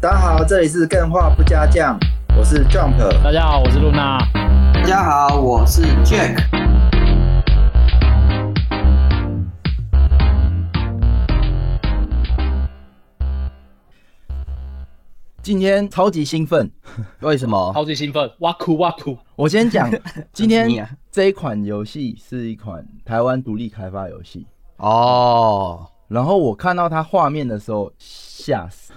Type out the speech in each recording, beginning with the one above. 大家好，这里是更画不加酱，我是 Jump。大家好，我是露娜。大家好，我是 Jack。今天超级兴 奋，为什么？超级兴奋，哇酷哇酷！我先讲，今你天啊这一款游戏是一款台湾独立开发游戏。哦然后我看到它画面的时候吓 死，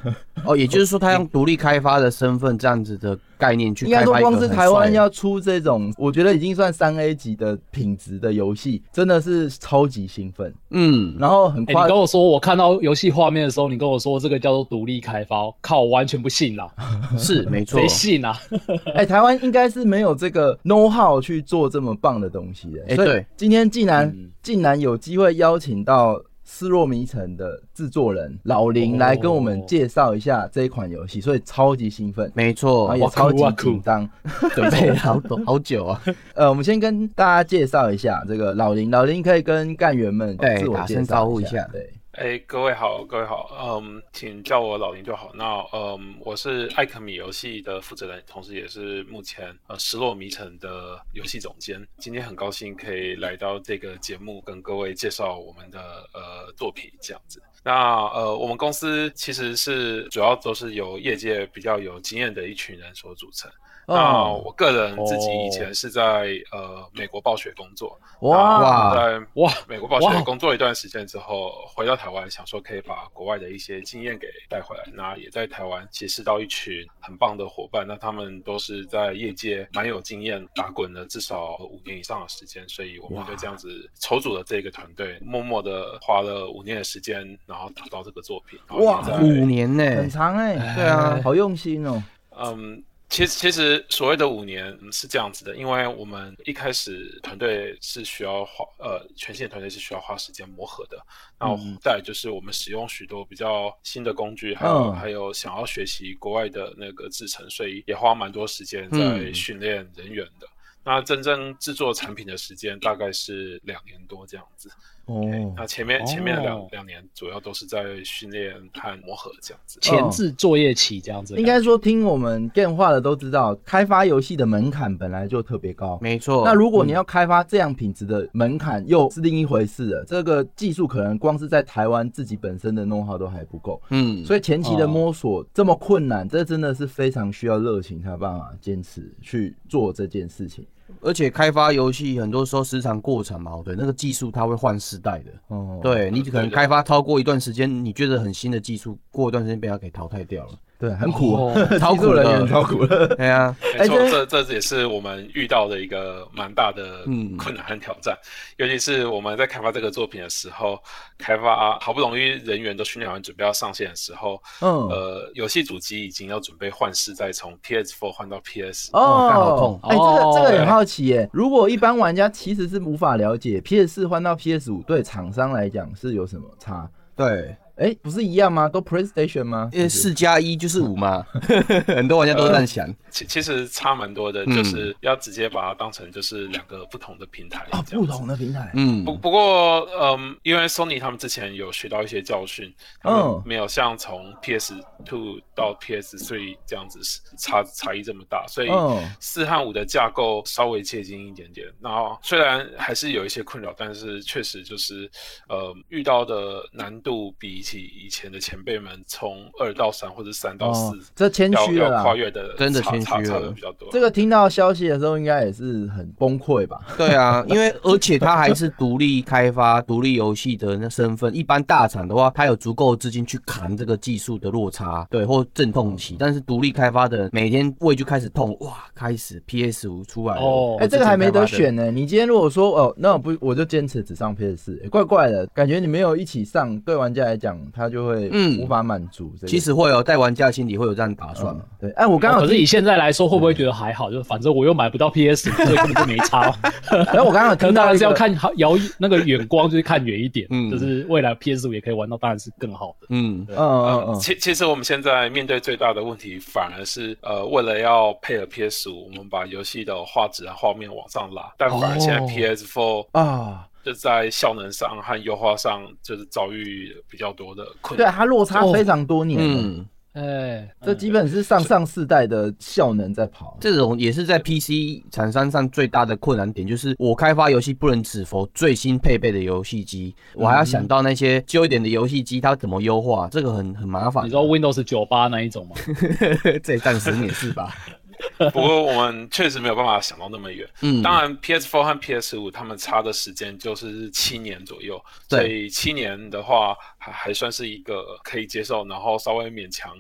哦，也就是说，他用独立开发的身份这样子的概念去应该开说发一个光是很台湾帅的要出这种，我觉得已经算三 A 级的品质的游戏，真的是超级兴奋。嗯，然后很哎、快你跟我说，我看到游戏画面的时候，你跟我说这个叫做独立开发，哦靠，我完全不信啦， 是没错谁，信啊？ 哎、台湾应该是没有这个 know how 去做这么棒的东西的。哎所以对今天竟然、嗯竟然有机会邀请到《失落迷城》的制作人老林哦来跟我们介绍一下这一款游戏，所以超级兴奋，没然后错，也哇超级哇酷紧张。准备了好多好久啊， 呃，我们先跟大家介绍一下这个老林，老林可以跟干员们对自我打介声绍招呼一下下。对，哎，各位好，各位好，嗯，请叫我老林就好。那嗯，我是艾可米游戏的负责人，同时也是目前呃失落迷城的游戏总监。今天很高兴可以来到这个节目，跟各位介绍我们的呃作品这样子。那呃，我们公司其实是主要都是由业界比较有经验的一群人所组成。那哦，我个人自己哦以前是在、呃美国暴雪工作，哇，哇！在哇嗯美国暴雪哇工作一段时间之后，回到台湾，想说可以把国外的一些经验给带回来。那也在台湾结识到一群很棒的伙伴，那他们都是在业界蛮有经验，打滚了至少五年以上的时间，所以我们就这样子筹组了这个团队，默默的花了五年的时间，然后打造这个作品。然后哇也在五年呢，很长哎、对啊好用心哦。嗯，其实其实所谓的五年嗯是这样子的，因为我们一开始团队是需要花呃全新的团队是需要花时间磨合的，然后再来就是我们使用许多比较新的工具，还有、嗯还有想要学习国外的那个制程，所以也花蛮多时间在嗯训练人员的。那真正制作产品的时间大概是两年多这样子。哎哦，那前面前面两、哦两年主要都是在训练和磨合这样子。前置作业期这啊样子，应该说听我们电话的都知道，开发游戏的门槛本来就特别高。没错。那如果你要开发这样品质的门槛，又是另一回事了。这个技术可能光是在台湾自己本身的弄好都还不够，嗯，所以前期的摸索这么困难，这真的是非常需要热情才有办法坚持去做这件事情。而且开发游戏很多时候时常过场矛盾，那个技术它会换世代的。哦，对你可能开发超过一段时间，你觉得很新的技术，过一段时间被它给淘汰掉了。对，很苦，啊哦 技术人员超超 苦了。对啊，没错，哎这这也是我们遇到的一个蛮大的嗯困难和挑战，尤其是我们在开发这个作品的时候，开发好不容易人员都训练完，准备要上线的时候，嗯。呃，游戏主机已经要准备换世代，从 PS4 换到 PS。哦干好痛哎，这个哦这个很好奇耶。如果一般玩家其实是无法了解 PS 四换到 PS 五对厂商来讲是有什么差？ 对，哎，不是一样吗？都 PlayStation 吗？因为四加一就是五嘛， 很多玩呃家都这样想。其其实差蛮多的，嗯就是要直接把它当成就是两个不同的平台啊，这样不子同的平台。嗯，不不过，嗯，因为 Sony 他们之前有学到一些教训，他嗯们没有像从 PS Two 到 PS Three 这样子差差异这么大，所以嗯四和五的架构稍微接近一点点。然后虽然还是有一些困扰，但是确实就是，呃，遇到的难度比起以前的前辈们从二到三或者三到哦四、这谦要虚了要啦跨越的真的差谦虚差差的了比较多。这个听到消息的时候，应该也是很崩溃吧？对啊，因为而且它还是独立开发、独立游戏的那身份。一般大厂的话，它有足够的资金去扛这个技术的落差，对，或阵痛期。但是独立开发的人每天胃就开始痛，哇，开始 PS 五出来了哦我哎、之这个前还没开发得的选呢、你今天如果说哦，那我不，我就坚持只上 PS 四、哎怪怪的，感觉你没有一起上，对玩家来讲，他就会嗯无法满足、这个。其实会有带玩家心里会有这样打算嘛？对，哎、我刚哦可刚是有，以现在来说，会不会觉得还好？就是反正我又买不到 PS，所以根本就没差。哦 然哎后我刚刚有可听能当到然一是个要看好遥那个远光，就是看远一点，嗯就是未来 PS 五也可以玩到，当然是更好的。嗯，嗯嗯呃嗯，其其实我们现在面对最大的问题，反而是呃，为了要配合 PS 五，我们把游戏的画质和画面往上拉，但反而现在哦 PS Four 啊、就在效能上和优化上，就是遭遇比较多的困对，难。它落差非常多年、嗯，嗯，哎，这基本是上上世代的效能在跑。这种也是在 PC 厂商上最大的困难点，就是我开发游戏不能只否最新配备的游戏机，我还要想到那些旧一点的游戏机它怎么优化，这个很很麻烦。你说 Windows 九八那一种吗？ 这暂时也是吧？啊不过我们确实没有办法想到那么远。嗯，当然，PS4 和 PS5 他们差的时间就是七年左右，对所以七年的话还还算是一个可以接受，然后稍微勉强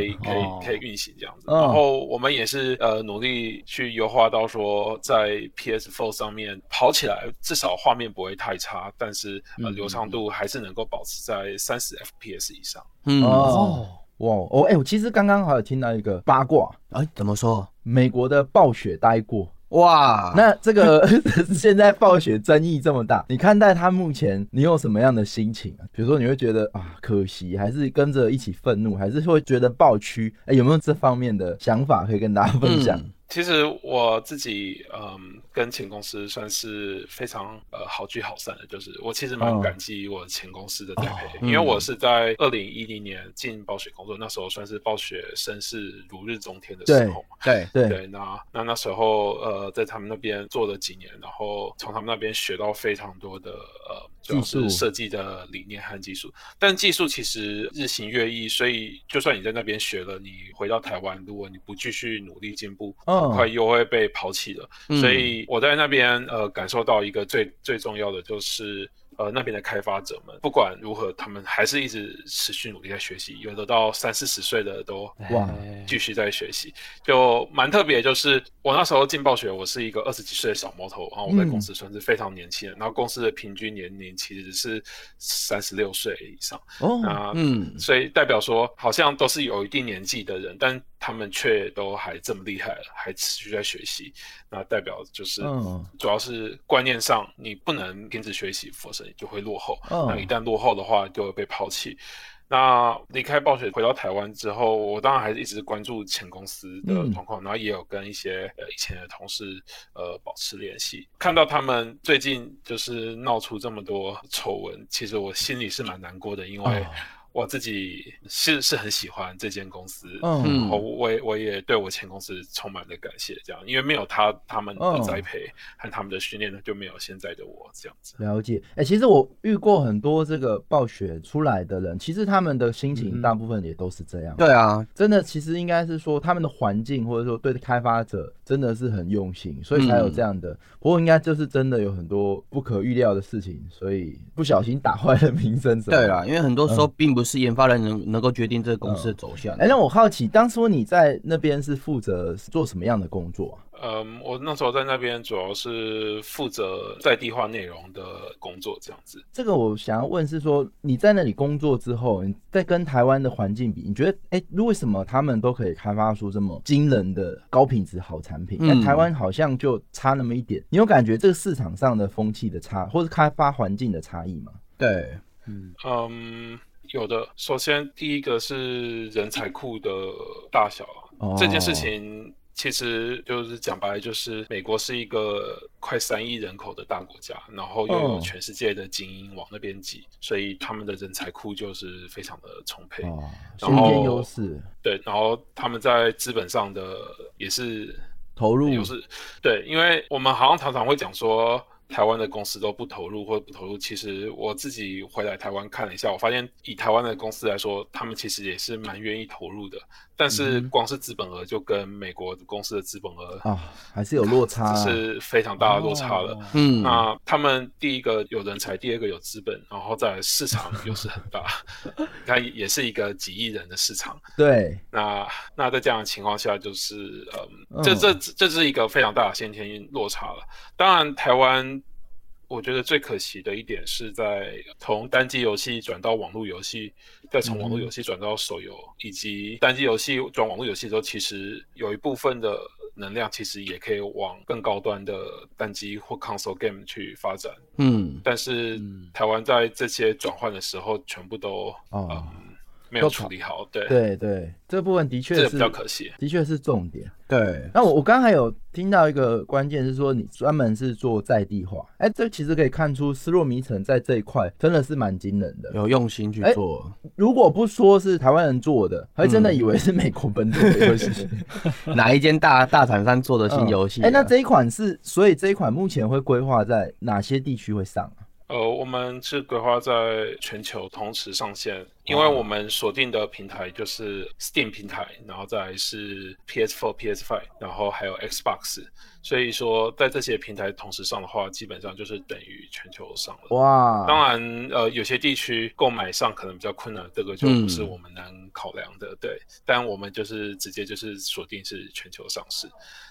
以可哦以可以运行这样子。嗯然后我们也是呃努力去优化到说在 PS4 上面跑起来至少画面不会太差，但是呃嗯流畅度还是能够保持在三十 FPS 以上。嗯，哦，哇哦，哎、我其实刚刚还有听到一个八卦，哎，怎么说？美国的暴雪待过。哇，那这个 现在暴雪争议这么大，你看待他目前，你有什么样的心情啊？比如说，你会觉得啊可惜，还是跟着一起愤怒，还是会觉得暴屈？哎、有没有这方面的想法可以跟大家分享？嗯其实我自己，嗯，跟前公司算是非常呃好聚好散的，就是我其实蛮嗯感激我前公司的栽培，嗯因为我是在二零一零年进暴雪工作，那时候算是暴雪声势如日中天的时候嘛。对，对，对，那那那时候呃，在他们那边做了几年，然后从他们那边学到非常多的呃，主要技术是设计的理念和技术。但技术其实日新月异，所以就算你在那边学了，你回到台湾，如果你不继续努力进步，嗯很快又会被抛弃了。嗯所以我在那边呃，感受到一个最最重要的就是。呃，那边的开发者们不管如何，他们还是一直持续努力在学习，有的到三四十岁的都哇哎继续在学习，就蛮特别。就是我那时候进暴雪，我是一个二十几岁的小毛头，然后我在嗯公司算是非常年轻人，然后公司的平均年龄其实是三十六岁以上，哦，那嗯，所以代表说好像都是有一定年纪的人，但他们却都还这么厉害，还持续在学习，那代表就是嗯主要是观念上你不能停止学习，否则你就会落后。嗯那一旦落后的话，就会被抛弃。那离开暴雪回到台湾之后，我当然还是一直关注前公司的嗯状况，然后也有跟一些呃以前的同事呃保持联系。看到他们最近就是闹出这么多丑闻，其实我心里是蛮难过的，因为哦我自己是是很喜欢这间公司，嗯然后我也我也对我前公司充满了感谢，这样，因为没有他他们的嗯栽培和他们的训练呢，就没有现在的我这样子。了解。哎、其实我遇过很多这个暴雪出来的人，其实他们的心情嗯大部分也都是这样。对啊，真的，其实应该是说他们的环境，或者说对开发者真的是很用心，所以才有这样的。不过应该就是真的有很多不可预料的事情，所以不小心打坏了名声。对啊，，因为很多时候并不是研发人能能够决定这个公司的走向。哎、让我好奇，当初你在那边是负责做什么样的工作啊？嗯，我那时候在那边主要是负责在地化内容的工作，这样子。这个我想要问是说，你在那里工作之后，你在跟台湾的环境比，你觉得，哎、为什么他们都可以开发出这么惊人的高品质好产品，嗯但台湾好像就差那么一点？你有感觉这个市场上的风气的差，或是开发环境的差异吗？对，嗯嗯，有的。首先，第一个是人才库的大小啊，哦这件事情。其实就是讲白了，就是美国是一个快三亿人口的大国家，然后又有哦全世界的精英往那边挤，所以他们的人才库就是非常的充沛。哦，先然后天优势，对，然后他们在资本上的也是投入有是，对，因为我们好像常常会讲说台湾的公司都不投入或者不投入，其实我自己回来台湾看了一下，我发现以台湾的公司来说，他们其实也是蛮愿意投入的，但是光是资本额就跟美国公司的资本额啊，还是有落差、啊。这是非常大的落差了。哦嗯，那他们第一个有人才，第二个有资本，然后再来市场又是很大， 它也是一个几亿人的市场。啊对，那那在这样的情况下，就是嗯嗯，这这这是一个非常大的先天落差了。当然，台湾我觉得最可惜的一点是在从单机游戏转到网络游戏，再从网络游戏转到手游，以及单机游戏转网络游戏之后，其实有一部分的能量其实也可以往更高端的单机或 console game 去发展。嗯，但是嗯台湾在这些转换的时候，全部都哦嗯没有处理好，对，对对，这部分的这确个是比较可惜。的确是重点。对，那我我刚刚还有听到一个关键是说，你专门是做在地化，哎、这其实可以看出斯洛迷城在这一块真的是蛮惊人的。哎有用心去做，如果不说是台湾人做的，还真的以为是美国本土 的游戏。哪一间大大厂商做的新游戏啊？哎、那这一款是，所以这一款目前会规划在哪些地区会上啊？呃，我们是规划在全球同时上线，因为我们锁定的平台就是 Steam 平台，然后再来是 PS4、PS5，然后还有 Xbox，所以说在这些平台同时上的话，基本上就是等于全球上了。哇，当然，呃，有些地区购买上可能比较困难，这个就嗯不是我们能考量的，对。但我们就是直接就是锁定是全球上市。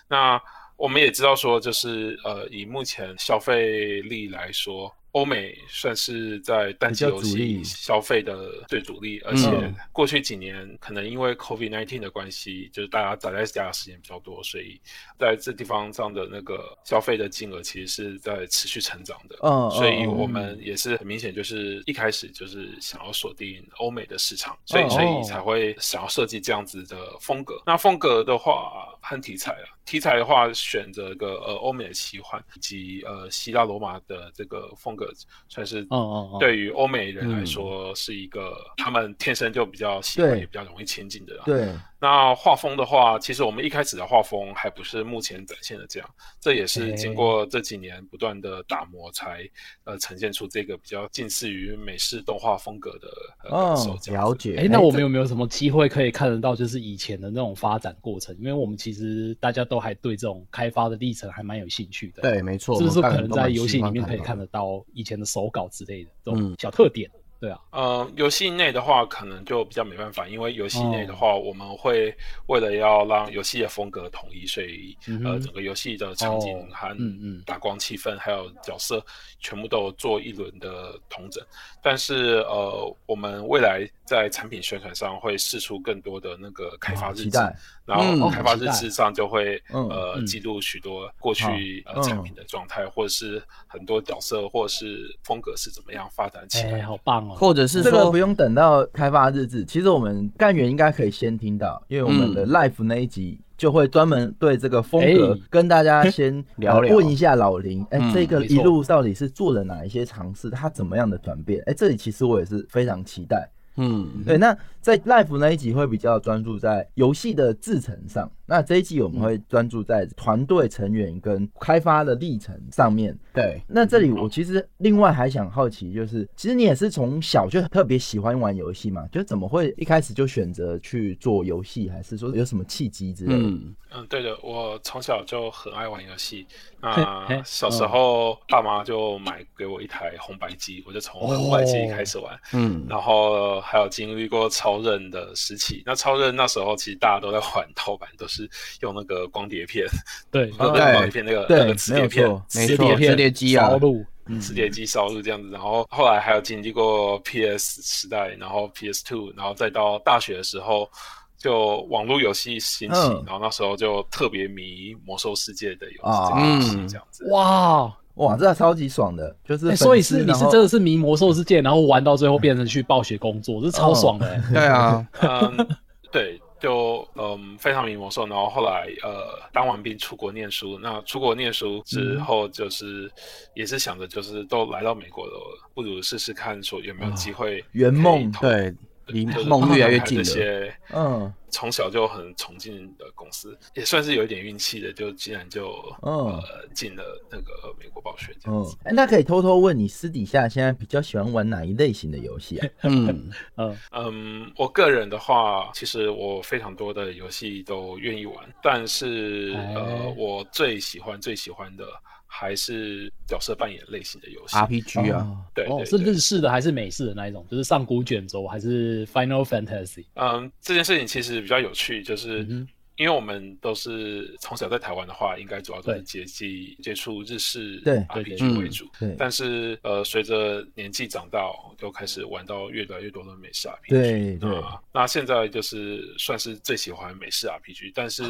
那我们也知道说，就是呃，以目前消费力来说，欧美算是在单机比较游主力戏消费的最主力，而且嗯过去几年可能因为 COVID-19 的关系，就是大家宅在家的时间比较多，所以在这地方上的那个消费的金额其实是在持续成长的。嗯，所以嗯我嗯们也是很明显，就是一开始就是想要锁定欧美的市场，所以哦所以才会想要设计这样子的风格。那风格的话和题材啊，题材的话选择一个呃欧美的奇幻以及呃希腊罗马的这个风格，算是嗯嗯嗯对于欧美人来说是一个他们天生就比较喜欢嗯对也比较容易亲近的啦。对，那画风的话，其实我们一开始的画风还不是目前展现的这样，这也是经过这几年不断的打磨才呃呈现出这个比较近似于美式动画风格的呃哦感受这样子。了解，哎、那我们有没有什么机会可以看得到，就是以前的那种发展过程？因为我们其实大家都还对这种开发的历程还蛮有兴趣的。，对，没错，是不是我们可看能很多蛮在游戏里面可以喜欢看的得到以前的手稿之类的这嗯种小特点？对啊，呃，游戏内的话，可能就比较没办法，因为游戏哦内的话，我们会为了要让游戏的风格统一，所以、嗯呃，哼整个游戏的场景哦和嗯嗯打光、气氛还有角色，全部都有做一轮的统整。但是呃，我们未来在产品宣传上会试出更多的那个开哦发好期日志，待。然嗯后哦开发很期日待志上就会、嗯呃嗯记录许多过去好呃产品嗯的状态，或者是很多角色或者是风格是怎么样发展起哎、来的。好棒哦！或者是这个说不用等到开发日志，其实我们干员应该可以先听到，因为我们的嗯 Life 那一集就会专门对这个风格哎跟大家 先聊聊呃问一下老林，哎、嗯这个没错一路到底是做了哪一些尝试，他怎么样的转变？哎，这里其实我也是非常期待。嗯，对，那在 Life 那一集会比较专注在游戏的制成上，那这一集我们会专注在团队成员跟开发的历程上面。对，那这嗯里我其实另外还想好奇，就是其实你也是从小就特别喜欢玩游戏嘛？就怎么会一开始就选择去做游戏，还是说有什么契机之类的？嗯，嗯，对的，我从小就很爱玩游戏。嘿那嘿小哦时候爸妈就买给我一台红白机，我就从红白机开始玩，哦嗯，然后还有经历过超任的时期。那超任那时候其实大家都在玩盗版，都是用那个光碟片， 对，用那个光碟片那个那哎对个磁碟没有片错，没磁错，碟片磁碟机啊烧，录，嗯磁碟机烧录这样子，然后后来还有经历过 PS 时代，然后 PS Two，然后再到大学的时候，就网络游戏兴起，嗯然后那时候就特别迷《魔兽世界》的游戏、啊这个游戏嗯这样子。哇！哇，这超级爽的，就是哎、粉丝、所以是你然是后真的是迷魔兽世界，然后玩到最后变成去暴雪工作，这超 爽的、哎嗯对啊，嗯，对，就嗯非常迷魔兽，然后后来呃当完兵出国念书，那出国念书之后就是、也是想着就是都来到美国了，不如试试看说有没有机会啊圆可以梦投对，离就是梦越来越看近这了，些嗯从小就很崇敬的公司，也算是有一点运气的，就竟然就、嗯呃进了那个美国暴雪这样嗯子。，哎、那可以偷偷问你私底下现在比较喜欢玩哪一类型的游戏 啊？ 嗯，嗯，嗯，我个人的话，其实我非常多的游戏都愿意玩，但是哎呃，我最喜欢最喜欢的还是角色扮演类型的游戏。 RPG 啊，对哦，对是对日式的还是美式的那一种？就是上古卷轴还是 Final Fantasy？嗯，这件事情其实比较有趣，就是。嗯哼因为我们都是从小在台湾的话，应该主要都是对接近接触日式对对嗯对 RPG 对为主，对但是呃，随着年纪长大，就开始玩到越来越多的美式 RPG。对对那那现在就是算是最喜欢美式 RPG，但 是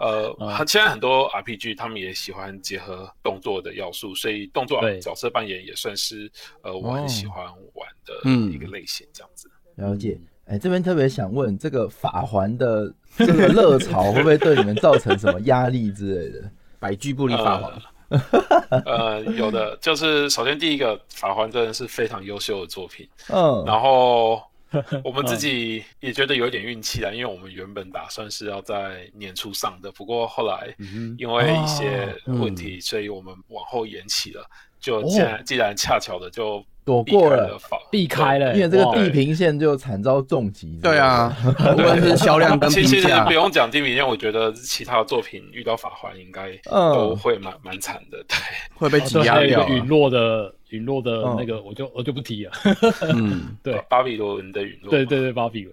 呃，哦很现在很多 RPG 他们也喜欢结合动作的要素，所以动作对哦角色扮演也算是呃我很喜欢玩的嗯一个类型，这样子。嗯了解。哎，这边特别想问，这个法环的这个热潮会不会对你们造成什么压力之类的？ 百句不离法环。呃，有的就是首先第一个《法环》真的是非常优秀的作品，嗯，然 后我们自己也觉得有一点运气啦，因为我们原本打算是要在年初上的，不过后来嗯因为一些哦问嗯题，所以我们往后延期了。就既然、既然恰巧的就哦躲避开过了了法，避开哎了、因为这个哇地平线就惨遭重击。对 啊，，无论是销量跟啊其评实其实价不，用讲地平线，我觉得其他的作品遇到法环应该嗯都会蛮蛮惨的。对，会被哦挤对，压还有一掉个啊。陨落的陨落的嗯那个，我就我就不提了。 嗯，对巴比伦的陨落，对对对，芭比，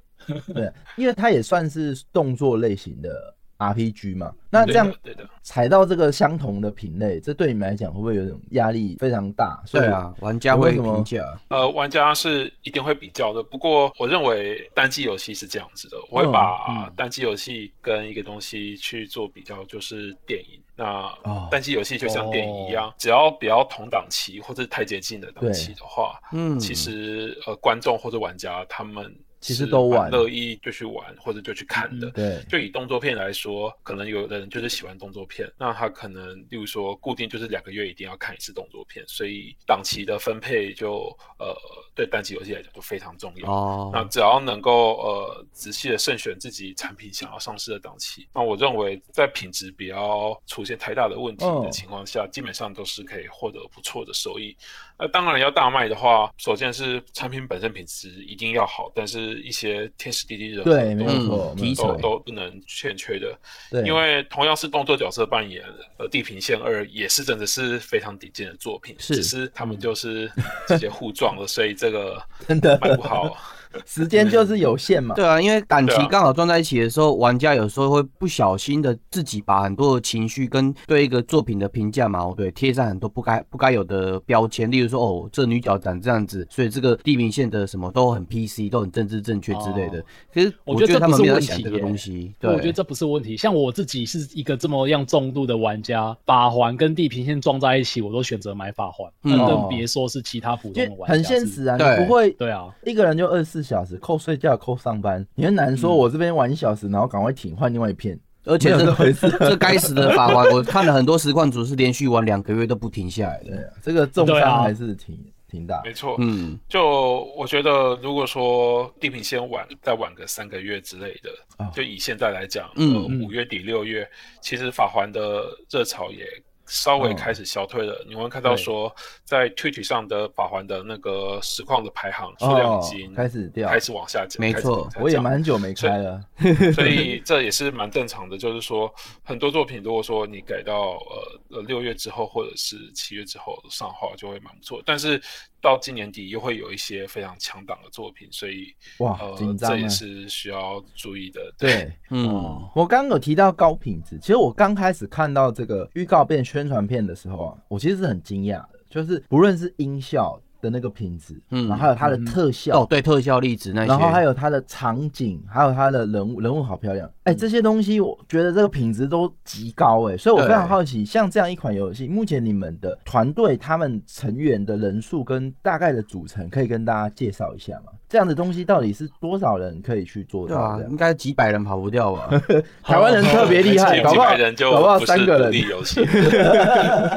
对，因为它也算是动作类型的 RPG 嘛。那这对样的对的。踩到这个相同的品类，这对你们来讲会不会有种压力非常大？所以对，啊，玩家会评价。呃，玩家是一定会比较的。不过，我认为单机游戏是这样子的，我会嗯把嗯单机游戏跟一个东西去做比较，就是电影。那哦单机游戏就像电影一样，只要不要同档期或者太接近的档期的话，嗯，其实呃，观众或者玩家他们其实是都蛮玩乐意就去玩或者就去看的。对，就以动作片来说，可能有的人就是喜欢动作片，那他可能例如说固定就是两个月一定要看一次动作片，所以档期的分配就呃对单机游戏来讲就非常重要。那哦，只要能够呃仔细的慎选自己产品想要上市的档期，那我认为在品质不要出现太大的问题哦的情况下，基本上都是可以获得不错的收益。那当然要大卖的话，首先是产品本身品质一定要好，但是一些天时地利人和对都没错都嗯没错都都不能欠缺的。对，因为同样是动作角色扮演，呃，《地平线二》也是真的是非常顶尖的作品，是只是他们就是直接互撞了，所以这个 真的卖不好。时间就是有限嘛。对啊，因为档期对啊刚好撞在一起的时候，玩家有时候会不小心的自己把很多的情绪跟对一个作品的评价嘛，哦对，贴上很多不该不该有的标签，例如说哦，这女角长这样子，所以这个地平线的什么都很 PC，都很政治正确之类的哦。其实我觉得觉这得他不们是没有在问想题这个耶东西，对，我觉得这不是问题。像我自己是一个这么样重度的玩家，法环跟地平线撞在一起，我都选择买法环，嗯那哦更别说是其他普因通的为玩家。很现实啊，对你不会是，对啊，一个人就二十四小时，扣睡觉扣上班，你很难嗯说我这边玩一小时，然后赶快停换另外一片。而且没有这回事这 这该死的法环，我看了很多实况组是连续玩两个月都不停下来对的。啊，这个重对伤啊还是挺挺大。没哦错，嗯，就我觉得，如果说地平线晚再晚个三个月之类的，哦就以现在来讲，嗯呃，嗯五月底六月，其实法环的热潮也稍哦微开始消退了。你会看到说，在 Twitch 上的法环的那个实况的排行数量已经哦开始掉开始往下降，没开始错往下我也降蛮久没开了， 所以这也是蛮正常的，就是说很多作品，如果说你改到呃呃六月之后或者是七月之后上的话，就会蛮不错。但是到今年底又会有一些非常强档的作品，所以哇呃紧张啊这也是需要注意的。对。嗯，我刚刚有提到高品质，其实我刚开始看到这个预告片、宣传片的时候啊，我其实是很惊讶的，就是不论是音效的那个品质，嗯嗯，然后还有它的特效，哦，对，特效粒子那些，然后还有有它的场景，还有它的人物，人物好漂亮，哎、这些东西我觉得这个品质都极高哎、所以我对非常好奇，像这样一款游戏，目前你们的团队他们成员的人数跟大概的组成，可以跟大家介绍一下吗？这样的东西到底是多少人可以去做对到啊这，样应该几百人跑不掉 吧？台湾人 特别厉害，有搞几不好百人就搞不好不三是个独人，立游戏。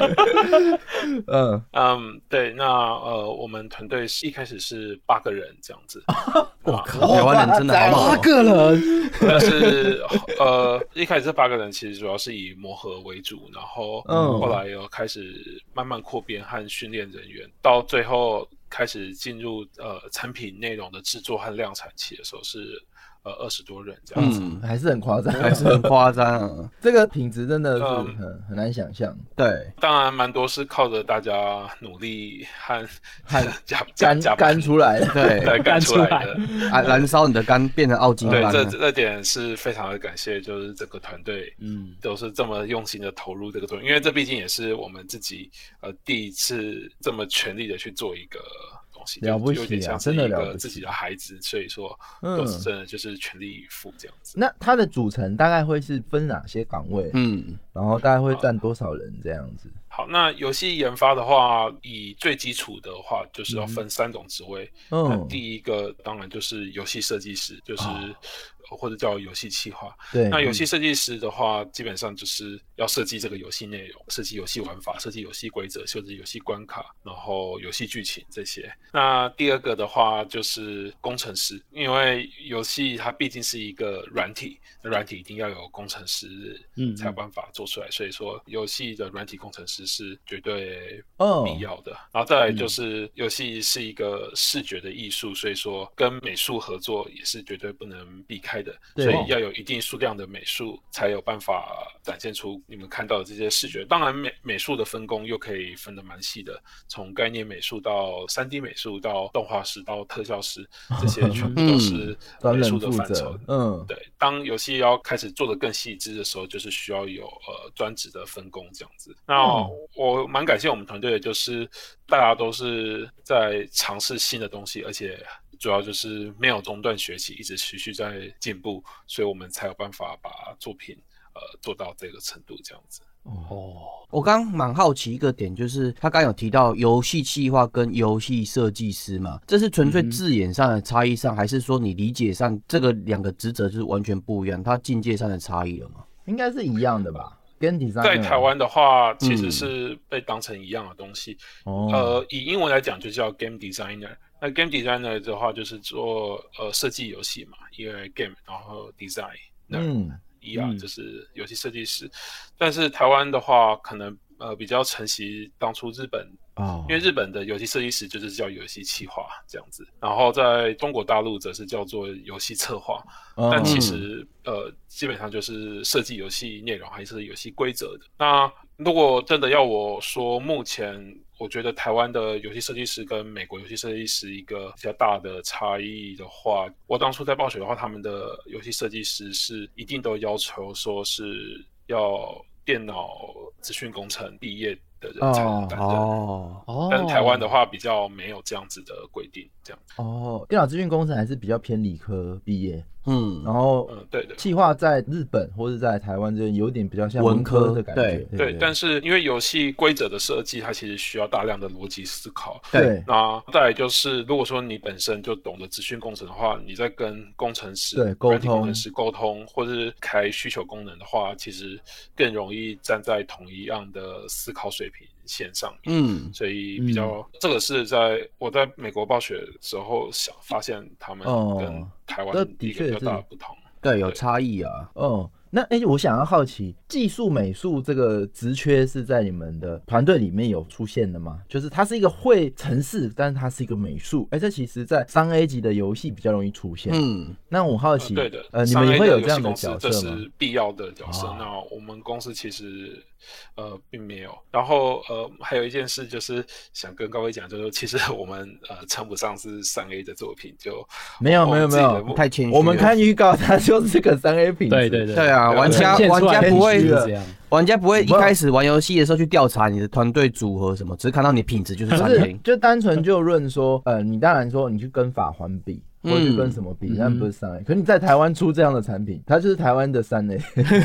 嗯，嗯，对，那呃，我们团队是一开始是八个人这样 子，啊我靠，台湾人真的八好猛哦。个人， 但是呃，一开始这八个人其实主要是以磨合为主，然后嗯后来又开始慢慢扩编和训练人员，到最后开始进入呃产品内容的制作和量产期的时候是呃二十多人这样子。嗯，还是很夸张，还是很夸张啊。这个品质真的是嗯很很难想象，对，当然，蛮多是靠着大家努力和 和加加干加干出来了。对，来干出来的。啊，燃烧你的肝变成奥金啊对，肝这了。这点是非常的感谢，就是整个团队嗯，都是这么用心的投入这个作品，因为这毕竟也是我们自己呃第一次这么全力的去做一个东西，就了不起啊有点像是真的一了不个起自己的孩子，所以说嗯都是真的就是全力以赴这样子。那它的组成大概会是分哪些岗位？嗯，然后大概会占多少人这样子？好，那游戏研发的话，以最基础的话，就是要分三种职位。那嗯，第一个当然就是游戏设计师，就是、啊或者叫游戏企划。对，那游嗯戏设计师的话，基本上就是要设计这个游戏内容，设计游戏玩法，设计游戏规则，设计游戏关卡，然后游戏剧情这些。那第二个的话就是工程师，因为游戏它毕竟是一个软体，那软体一定要有工程师嗯才有办法做出来，所以说游戏的软体工程师是绝对哦嗯必要的。然后再来嗯就是游戏是一个视觉的艺术，所以说跟美术合作也是绝对不能避开的，对所以要有一定数量的美术才有办法展现出你们看到的这些视觉。当然美美术的分工又可以分得蛮细的，从概念美术到三 D 美术到动画师到特效师，这些全部都是嗯专美人术的负范畴责。，嗯，对，当游戏要开始做的更细致的时候，就是需要有呃专职的分工这样子。那嗯我蛮感谢我们团队的，就是大家都是在尝试新的东西，而且主要就是没有中断学习，一直持续在进步，所以我们才有办法把作品呃做到这个程度这样子。哦，我刚蛮好奇一个点，就是他刚有提到游戏企划跟游戏设计师嘛，这是纯粹嗯哼字眼上的差异上，还是说你理解上这个两个职责就是完全不一样，它境界上的差异了吗？应该是一样的吧？跟 design 在台湾的话，其实是被当成一样的东西，哦，呃，以英文来讲就叫 game designer。那 game designer 的话就是做呃设计游戏嘛，因为 game 然后 design，那嗯，一啊嗯就是游戏设计师。但是台湾的话，可能呃比较承袭当初日本，哦，因为日本的游戏设计师就是叫游戏企划这样子，然后在中国大陆则是叫做游戏策划。嗯但其实呃，基本上就是设计游戏内容还是游戏规则的。那如果真的要我说，目前我觉得台湾的游戏设计师跟美国游戏设计师一个比较大的差异的话，我当初在暴雪的话，他们的游戏设计师是一定都要求说是要电脑资讯工程毕业的人才能担任。哦，哦，但台湾的话比较没有这样子的规定，这样。哦，电脑资讯工程还是比较偏理科毕业，嗯然，后嗯，对的。计划在日本或者在台湾这边有点比较像文文科科的感觉，对对，但是因为游戏规则的设计，它其实需要大量的逻辑思考。对那再来就是，如果说你本身就懂得资讯工程的话，你在跟工程师、对沟通软体工程师沟通，或是开需求功能的话，其实更容易站在同一样的思考水平线上面。嗯，所以比较、这个是在我在美国暴雪时候想发现他们哦跟台湾这一的个确比较大的是不同。对，有差异啊。哦，那哎、我想要好奇，技术美术这个职缺是在你们的团队里面有出现的吗？就是它是一个会程式，但是它是一个美术，哎、这其实在三 A 级的游戏比较容易出现。嗯，那我好呃奇，对的，呃，你商们也业会有游这戏样的公司角这色吗？是必要的角色。哦那我们公司其实呃并没有。然后呃还有一件事就是想跟各位讲，就是其实我们呃称不上是三 A 的作品，就没有我没有们自己没有的目哦太谦虚了。我们看预告，它就是个三 A 品质。对对对对啊，对玩家呈现玩出来家的不品质会是这样，玩家不会一开始玩游戏的时候去调查你的团队组合什么，只是看到你品质 就是不三是 A。就单纯就论说，呃，你当然说你去跟法环比。或者去跟什么比，嗯但不是三 A。可你在台湾出这样的产品，它就是台湾的三 A，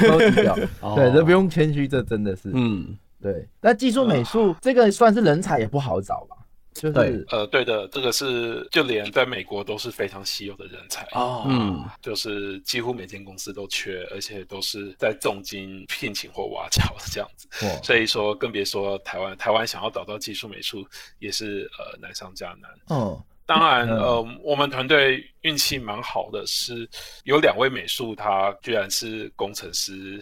都低调。哦对，这不用谦虚，这真的是。嗯，对，那技术美术这个算是人才也不好找吧？就对是呃对的，这个是就连在美国都是非常稀有的人才。哦，嗯，就是几乎每间公司都缺，而且都是在重金聘请或挖角这样子，哇所以说更别说台湾，台湾想要找到技术美术也是呃难上加难。哦，当然，嗯呃，我们团队运气蛮好的，是有两位美术，他居然是工程师，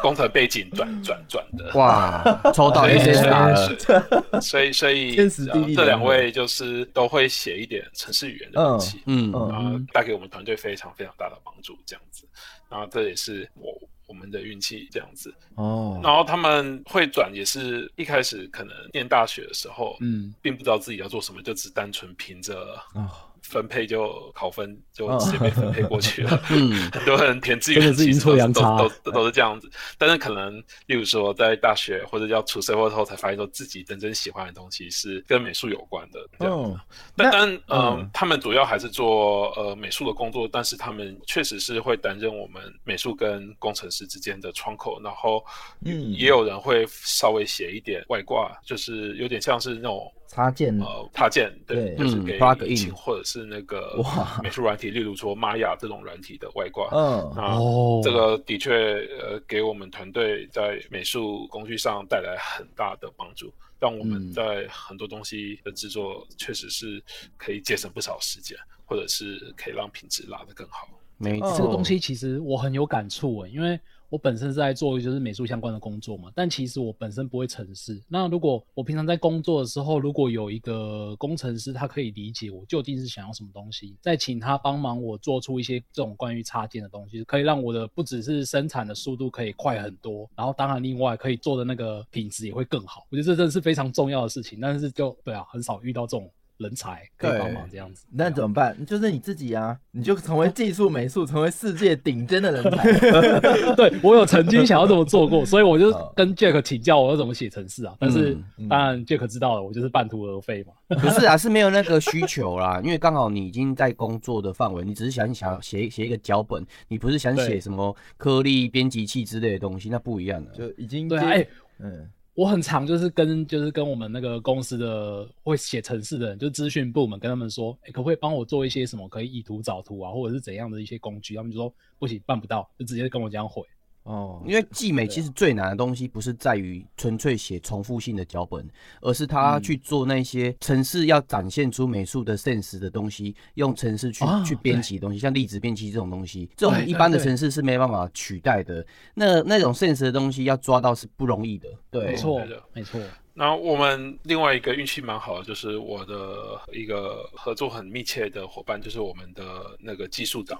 工程背景嗯转转转的。 哇，抽到所以呃 A C 打了， 所以所以呃天时地利人和这两位就是都会写一点程式语言的东西，嗯嗯啊、带给我们团队非常非常大的帮助，这样子。然后这也是我我们的运气，这样子。哦，然后他们会转也是一开始可能念大学的时候，嗯，并不知道自己要做什么，就只单纯凭着哦分配就考分就直接被分配过 去了。嗯，很多人填志嗯真愿的是其阴实都错阳差都都都是这样子。但是可能，例如说在大学或者要出社会后，才发现说自己真正喜欢的东西是跟美术有关的这样子。哦但那但嗯、嗯他们主要还是做呃美术的工作，但是他们确实是会担任我们美术跟工程师之间的窗口。然后，嗯也有人会稍微写一点外挂，就是有点像是那种插件呃插件，对，对就是嗯给，plug in 引擎或者是那个哇美术软体，例如说 Maya 这种软体的外挂。嗯那哦，这个的确，呃，给我们团队在美术工具上带来很大的帮助，让我们嗯在很多东西的制作确实是可以节省不少时间，或者是可以让品质拉得更好。没哦错，这个东西其实我很有感触欸诶，因为我本身是在做就是美术相关的工作嘛，但其实我本身不会程式。那如果我平常在工作的时候，如果有一个工程师，他可以理解我究竟是想要什么东西，再请他帮忙我做出一些这种关于插件的东西，可以让我的不只是生产的速度可以快很多，然后当然另外可以做的那个品质也会更好。我觉得这真的是非常重要的事情，但是就对啊，很少遇到这种人才可以帮忙这样子。那对啊怎么办？就是你自己啊，你就成为技术美术，成为世界顶尖的人才。 对我有曾经想要这么做过，所以我就跟 Jack 请教我要怎么写程式啊。但是、嗯当然 Jack 知道了，我就是半途而废嘛。不是啊，是没有那个需求啦， 因为刚好你已经在工作的范围，你只是想想写写一个脚本，你不是想写对什么颗粒编辑器之类的东西，那不一样的。就已经对啊，接哎、嗯，我很常就是跟就是跟我们那个公司的会写程式的人，就资讯部门跟他们说，哎、可不可以帮我做一些什么可以以图找图啊，或者是怎样的一些工具？他们就说不行，办不到，就直接跟我讲毁。哦，因为技啊美其实最难的东西不是在于纯粹写重复性的脚本，而嗯是他去做那些城市要展现出美术的 sense 的东西，用城市去、啊去编辑的东西，像粒子编辑这种东西，这种对一般的对城市是没办法取代的。那那种 sense 的东西要抓到是不容易的，对没，错对的，哦没错。那我们另外一个运气蛮好的，就是我的一个合作很密切的伙伴，就是我们的那个技术长、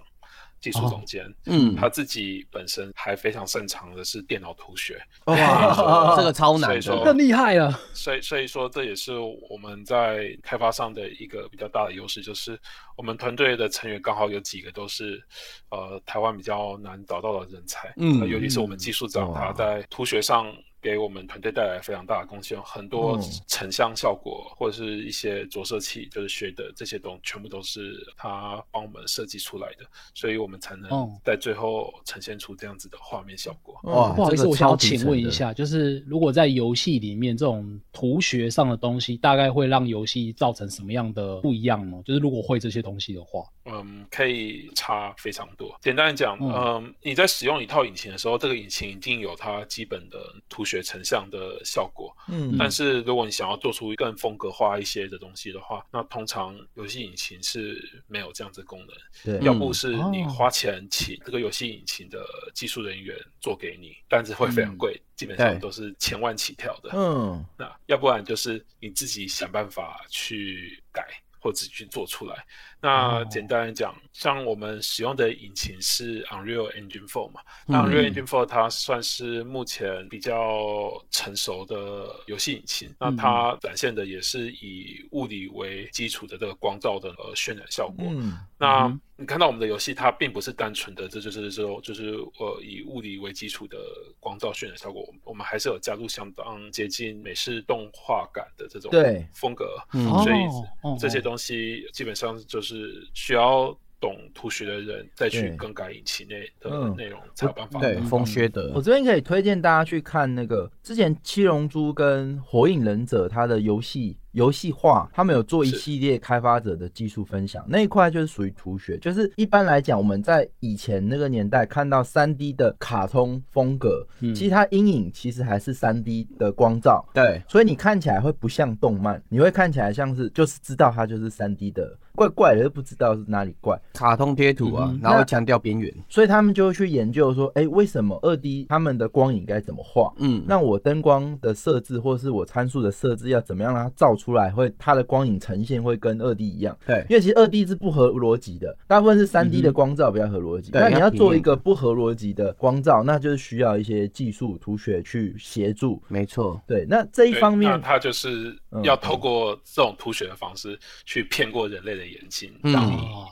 技术总监，嗯他自己本身还非常擅长的是电脑图学，哇， 这个超难的，所以说更厉害了，所以所以说这也是我们在开发上的一个比较大的优势，就是我们团队的成员刚好有几个都是呃台湾比较难找到的人才，嗯呃尤其是我们技术长，嗯他在图学上。给我们团队带来非常大的贡献，很多嗯成像效果或者是一些着色器，就是学的这些东西，全部都是他帮我们设计出来的，所以我们才能哦在最后呈现出这样子的画面效果。哇不好意思，这个我想要超级请问神一的下，就是如果在游戏里面这种图学上的东西，大概会让游戏造成什么样的不一样呢？就是如果会这些东西的话，嗯，可以差非常多。简单地讲，嗯嗯，你在使用一套引擎的时候，这个引擎一定有它基本的图学成像的效果。嗯但是如果你想要做出更风格化一些的东西的话，那通常游戏引擎是没有这样子的功能，对，要不是你哦花钱请这个游戏引擎的技术人员做给你，但是会非常贵，基本上对都是千万起跳的。嗯啊那要不然就是你自己想办法去改或自己去做出来。那哦简单来讲，像我们使用的引擎是 Unreal Engine 4嘛，那嗯 Unreal Engine 4它算是目前比较成熟的游戏引擎，那嗯它展现的也是以物理为基础的这个光照的呃渲染效果。嗯那嗯你看到我们的游戏，它并不是单纯的，这就是说，就是呃以物理为基础的光照渲染效果，我们我们还是有加入相当接近美式动画感的这种对风格，嗯所以哦哦这些东西基本上就是需要懂图学的人再去对更改引擎内的嗯内容才有办法。对风靴的我这边可以推荐大家去看那个之前《七龙珠》跟《火影忍者》它的游戏游戏化，他们有做一是系列开发者的技术分享，那一块就是属于图学，就是一般来讲我们在以前那个年代看到3 D 的卡通风格，嗯其实它阴影其实还是3 D 的光照，对，所以你看起来会不像动漫，你会看起来像是就是知道它就是3 D 的，怪怪的，又不知道是哪里怪。卡通贴图啊嗯，然后那强调边缘，所以他们就会去研究说，哎、为什么二 D 他们的光影该怎么画？嗯，那我灯光的设置，或是我参数的设置，要怎么样让它照出来会它的光影呈现会跟二 D 一样？对因为其实二 D 是不合逻辑的，大部分是三 D 的光照嗯比较合逻辑。对那你要要平做面一个不合逻辑的光照，那就是需要一些技术图学去协助。没错，对，那这一对方面那，它就是嗯要透过这种吐血的方式去骗过人类的眼睛，嗯让你哦，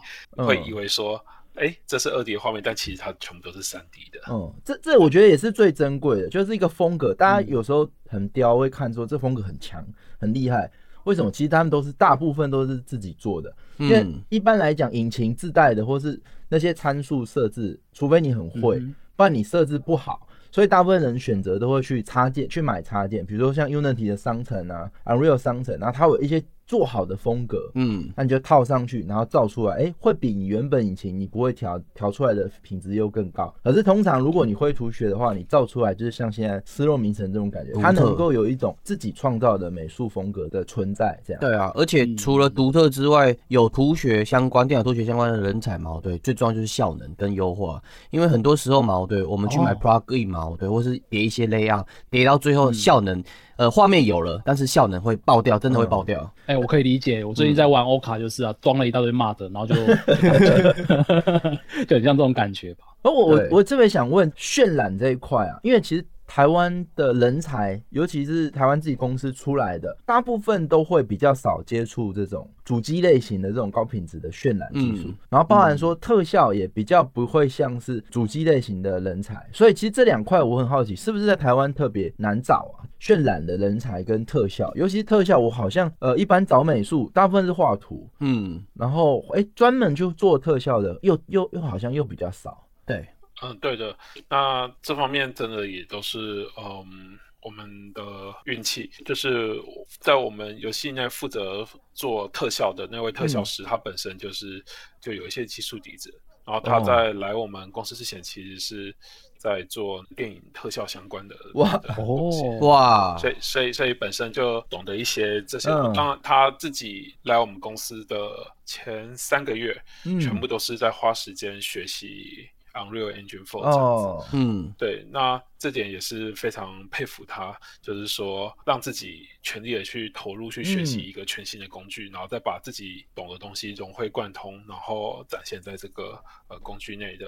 会以为说，哎、这是二 D 的画面，但其实它全部都是三 D 的。嗯，这这我觉得也是最珍贵的，就是一个风格。大家有时候很刁，会看说这风格很强、很厉害，为什么？其实他们都是大部分都是自己做的，因为嗯一般来讲，引擎自带的或是那些参数设置，除非你很会，嗯不然你设置不好。所以大部分人选择都会去插件去买插件，比如说像 Unity 的商城啊，Unreal 商城，然后它有一些做好的风格，嗯那你就套上去，然后造出来，哎、会比你原本引擎你不会调调出来的品质又更高。可是通常如果你会图学的话，你造出来就是像现在丝若名城这种感觉，独特它能够有一种自己创造的美术风格的存在，这样。对啊，而且除了独特之外，有图学相关、电脑图学相关的人才嘛，对，最重要就是效能跟优化。因为很多时候嘛，对，我们去买哦 plugin 嘛，对，或是叠一些 layout，叠到最后效能，呃，画面有了，但是效能会爆掉，真的会爆掉。哎、我可以理解。我最近在玩欧卡，就是啊，装了一大堆骂的，然 后就 就很像这种感觉吧。而我我对我特别想问渲染这一块啊，因为其实台湾的人才，尤其是台湾自己公司出来的，大部分都会比较少接触这种主机类型的这种高品质的渲染技术，嗯然后包含说特效也比较不会像是主机类型的人才，所以其实这两块我很好奇，是不是在台湾特别难找啊？渲染的人才跟特效，尤其是特效，我好像呃一般找美术大部分是画图，嗯，然后哎专门就做特效的又又又好像又比较少。对，嗯，对的。那这方面真的也都是嗯我们的运气，就是在我们游戏内负责做特效的那位特嗯效师，他本身就是就有一些技术底子，然后他哦在来我们公司之前，其实是在做电影特效相关的哇的东西。哦，哇，所以所以所以本身就懂得一些这些，嗯当然他自己来我们公司的前三个月，嗯全部都是在花时间学习 Unreal Engine 4这样子。哦，嗯对，那这点也是非常佩服他，就是说让自己全力的去投入去学习嗯一个全新的工具，然后再把自己懂的东西融会贯通，然后展现在这个呃工具内的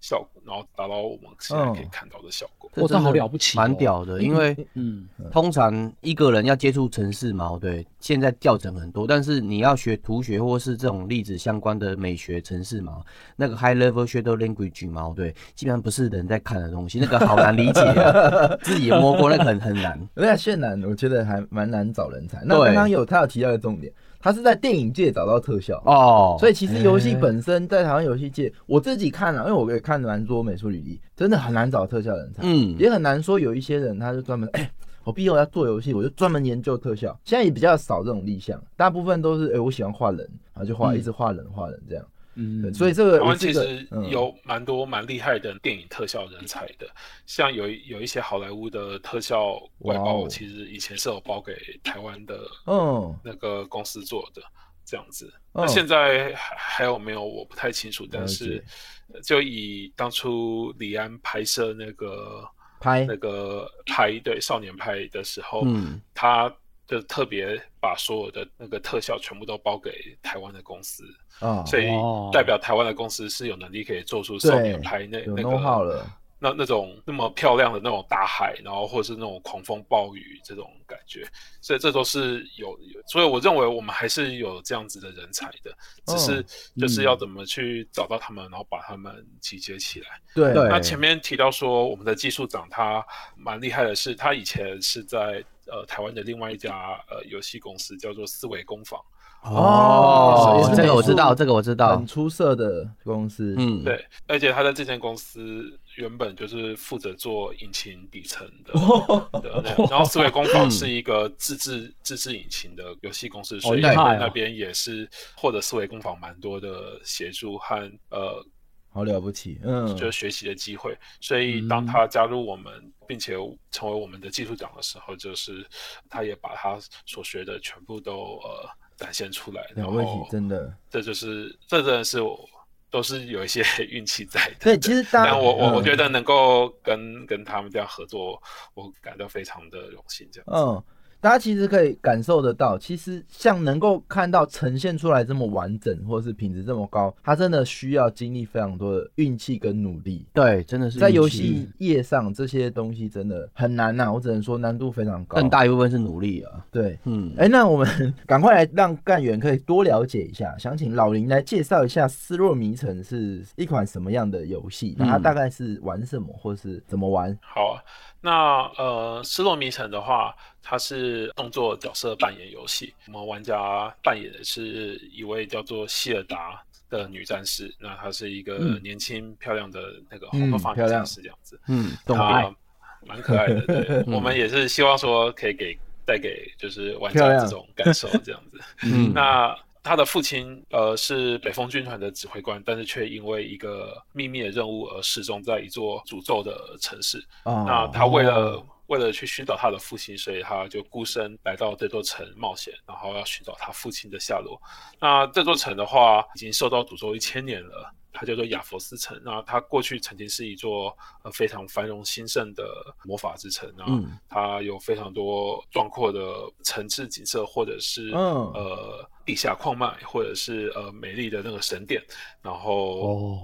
效果，然后达到我们现在可以哦看到的效果。哇这好了不起哦蛮屌的。因为嗯，通常一个人要接触城市嘛，对，现在教程很多，但是你要学图学或是这种粒子相关的美学城市嘛，那个 high level shadow language 嘛，对，基本上不是人在看的东西，那个好难理解、啊，自己也摸过，那个很很难。而且渲染我觉得还蛮难找人才。那对刚刚有他有提到一个重点，他是在电影界找到特效哦，哦，所以其实游戏哎本身在台湾游戏界，我自己看了、啊因为我也看蛮多美术履历，真的很难找特效人才，嗯，也很难说有一些人他就专门哎。我毕业我要做游戏，我就专门研究特效。现在也比较少这种立项，大部分都是哎、我喜欢画人，然后就画、嗯一直画人画人这样。对嗯，所以这个台我湾这其个嗯实有蛮多蛮厉害的电影特效人才的，像有一有一些好莱坞的特效外哇包，哦其实以前是有包给台湾的嗯那个公司做的这样子。嗯那现在还还有没有我不太清楚，但了是解呃就以当初李安拍摄那个拍那个拍对少年拍的时候，嗯他就特别把所有的那个特效全部都包给台湾的公司，啊，所以哦代表台湾的公司是有能力可以做出少年拍那有那 know how 个了，那那种那么漂亮的那种大海，然后或者是那种狂风暴雨这种感觉，所以这都是有有，所以我认为我们还是有这样子的人才的，只嗯是就是要怎么去找到他们，然后把他们集结起来。对对那前面提到说，我们的技术长他蛮厉害的是，他以前是在呃台湾的另外一家呃游戏公司叫做思维工坊。哦也是这个我美术知道，这个我知道很，出色的公司，嗯，对，而且他在这间公司原本就是负责做引擎底层的，的那然后思维工坊是一个自制自制引擎的游戏公司，所以厉害哦那边也是获得思维工坊蛮多的协助和呃好了不起，嗯，就是学习的机会。所以当他加入我们，并且成为我们的技术长的时候，就是他也把他所学的全部都呃展现出来，然了不后起，真的，这就是这真的是我都是有一些 运气在的。对，其实大家，但我我我嗯觉得能够跟跟他们这样合作，我感到非常的荣幸。这样子，嗯，大家其实可以感受得到，其实像能够看到呈现出来这么完整，或者是品质这么高，它真的需要经历非常多的运气跟努力。对，真的是在运游气戏业上，这些东西真的很难呐、我只能说难度非常高。更大一部分是努力啊。对，嗯，哎、那我们 赶快来让干员可以多了解一下，想请老林来介绍一下《失落迷城》是一款什么样的游戏，那它嗯大概是玩什么，或是怎么玩？好啊，那呃，《失落迷城》的话，它是动作角色扮演游戏。我们玩家扮演的是一位叫做希尔达的女战士，那她是一个嗯年轻漂亮的那个红头发嗯女漂亮战士这样子。嗯，懂啊，爱，蛮可爱的。 对，嗯我们也是希望说可以给带给就是玩漂家亮这种感受，这样子。嗯，那他的父亲呃是北风军团的指挥官，但是却因为一个秘密的任务而失踪在一座诅咒的城市。哦那他为了为了去寻找他的父亲，所以他就孤身来到这座城冒险，然后要寻找他父亲的下落。那这座城的话，已经受到诅咒一千年了。它叫做亚佛斯城，那它过去曾经是一座呃非常繁荣兴盛的呃魔法之城啊，嗯它有非常多壮阔的城市景色，或者是、嗯呃地下矿脉，或者是呃美丽的那个神殿，然后哦，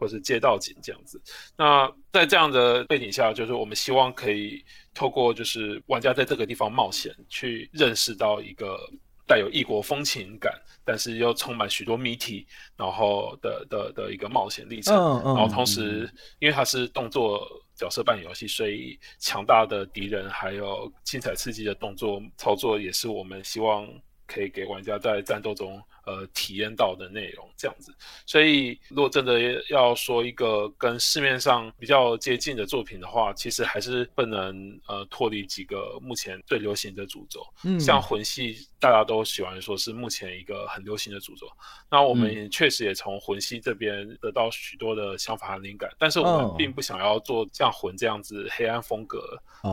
或是街道景这样子。那在这样的背景下，就是我们希望可以透过就是玩家在这个地方冒险，去认识到一个带有异国风情感，但是又充满许多谜题，然后的的的一个冒险历程。嗯然后嗯，同时，因为它是动作角色扮演游戏，所以强大的敌人还有精彩刺激的动作操作，也是我们希望可以给玩家在战斗中呃体验到的内容。这样子，所以如果真的要说一个跟市面上比较接近的作品的话，其实还是不能呃脱离几个目前最流行的主轴。嗯像魂系，大家都喜欢说是目前一个很流行的主轴。那嗯我们也确实也从魂系这边得到许多的想法和灵感，但是我哦们并不想要做像魂这样子黑暗风格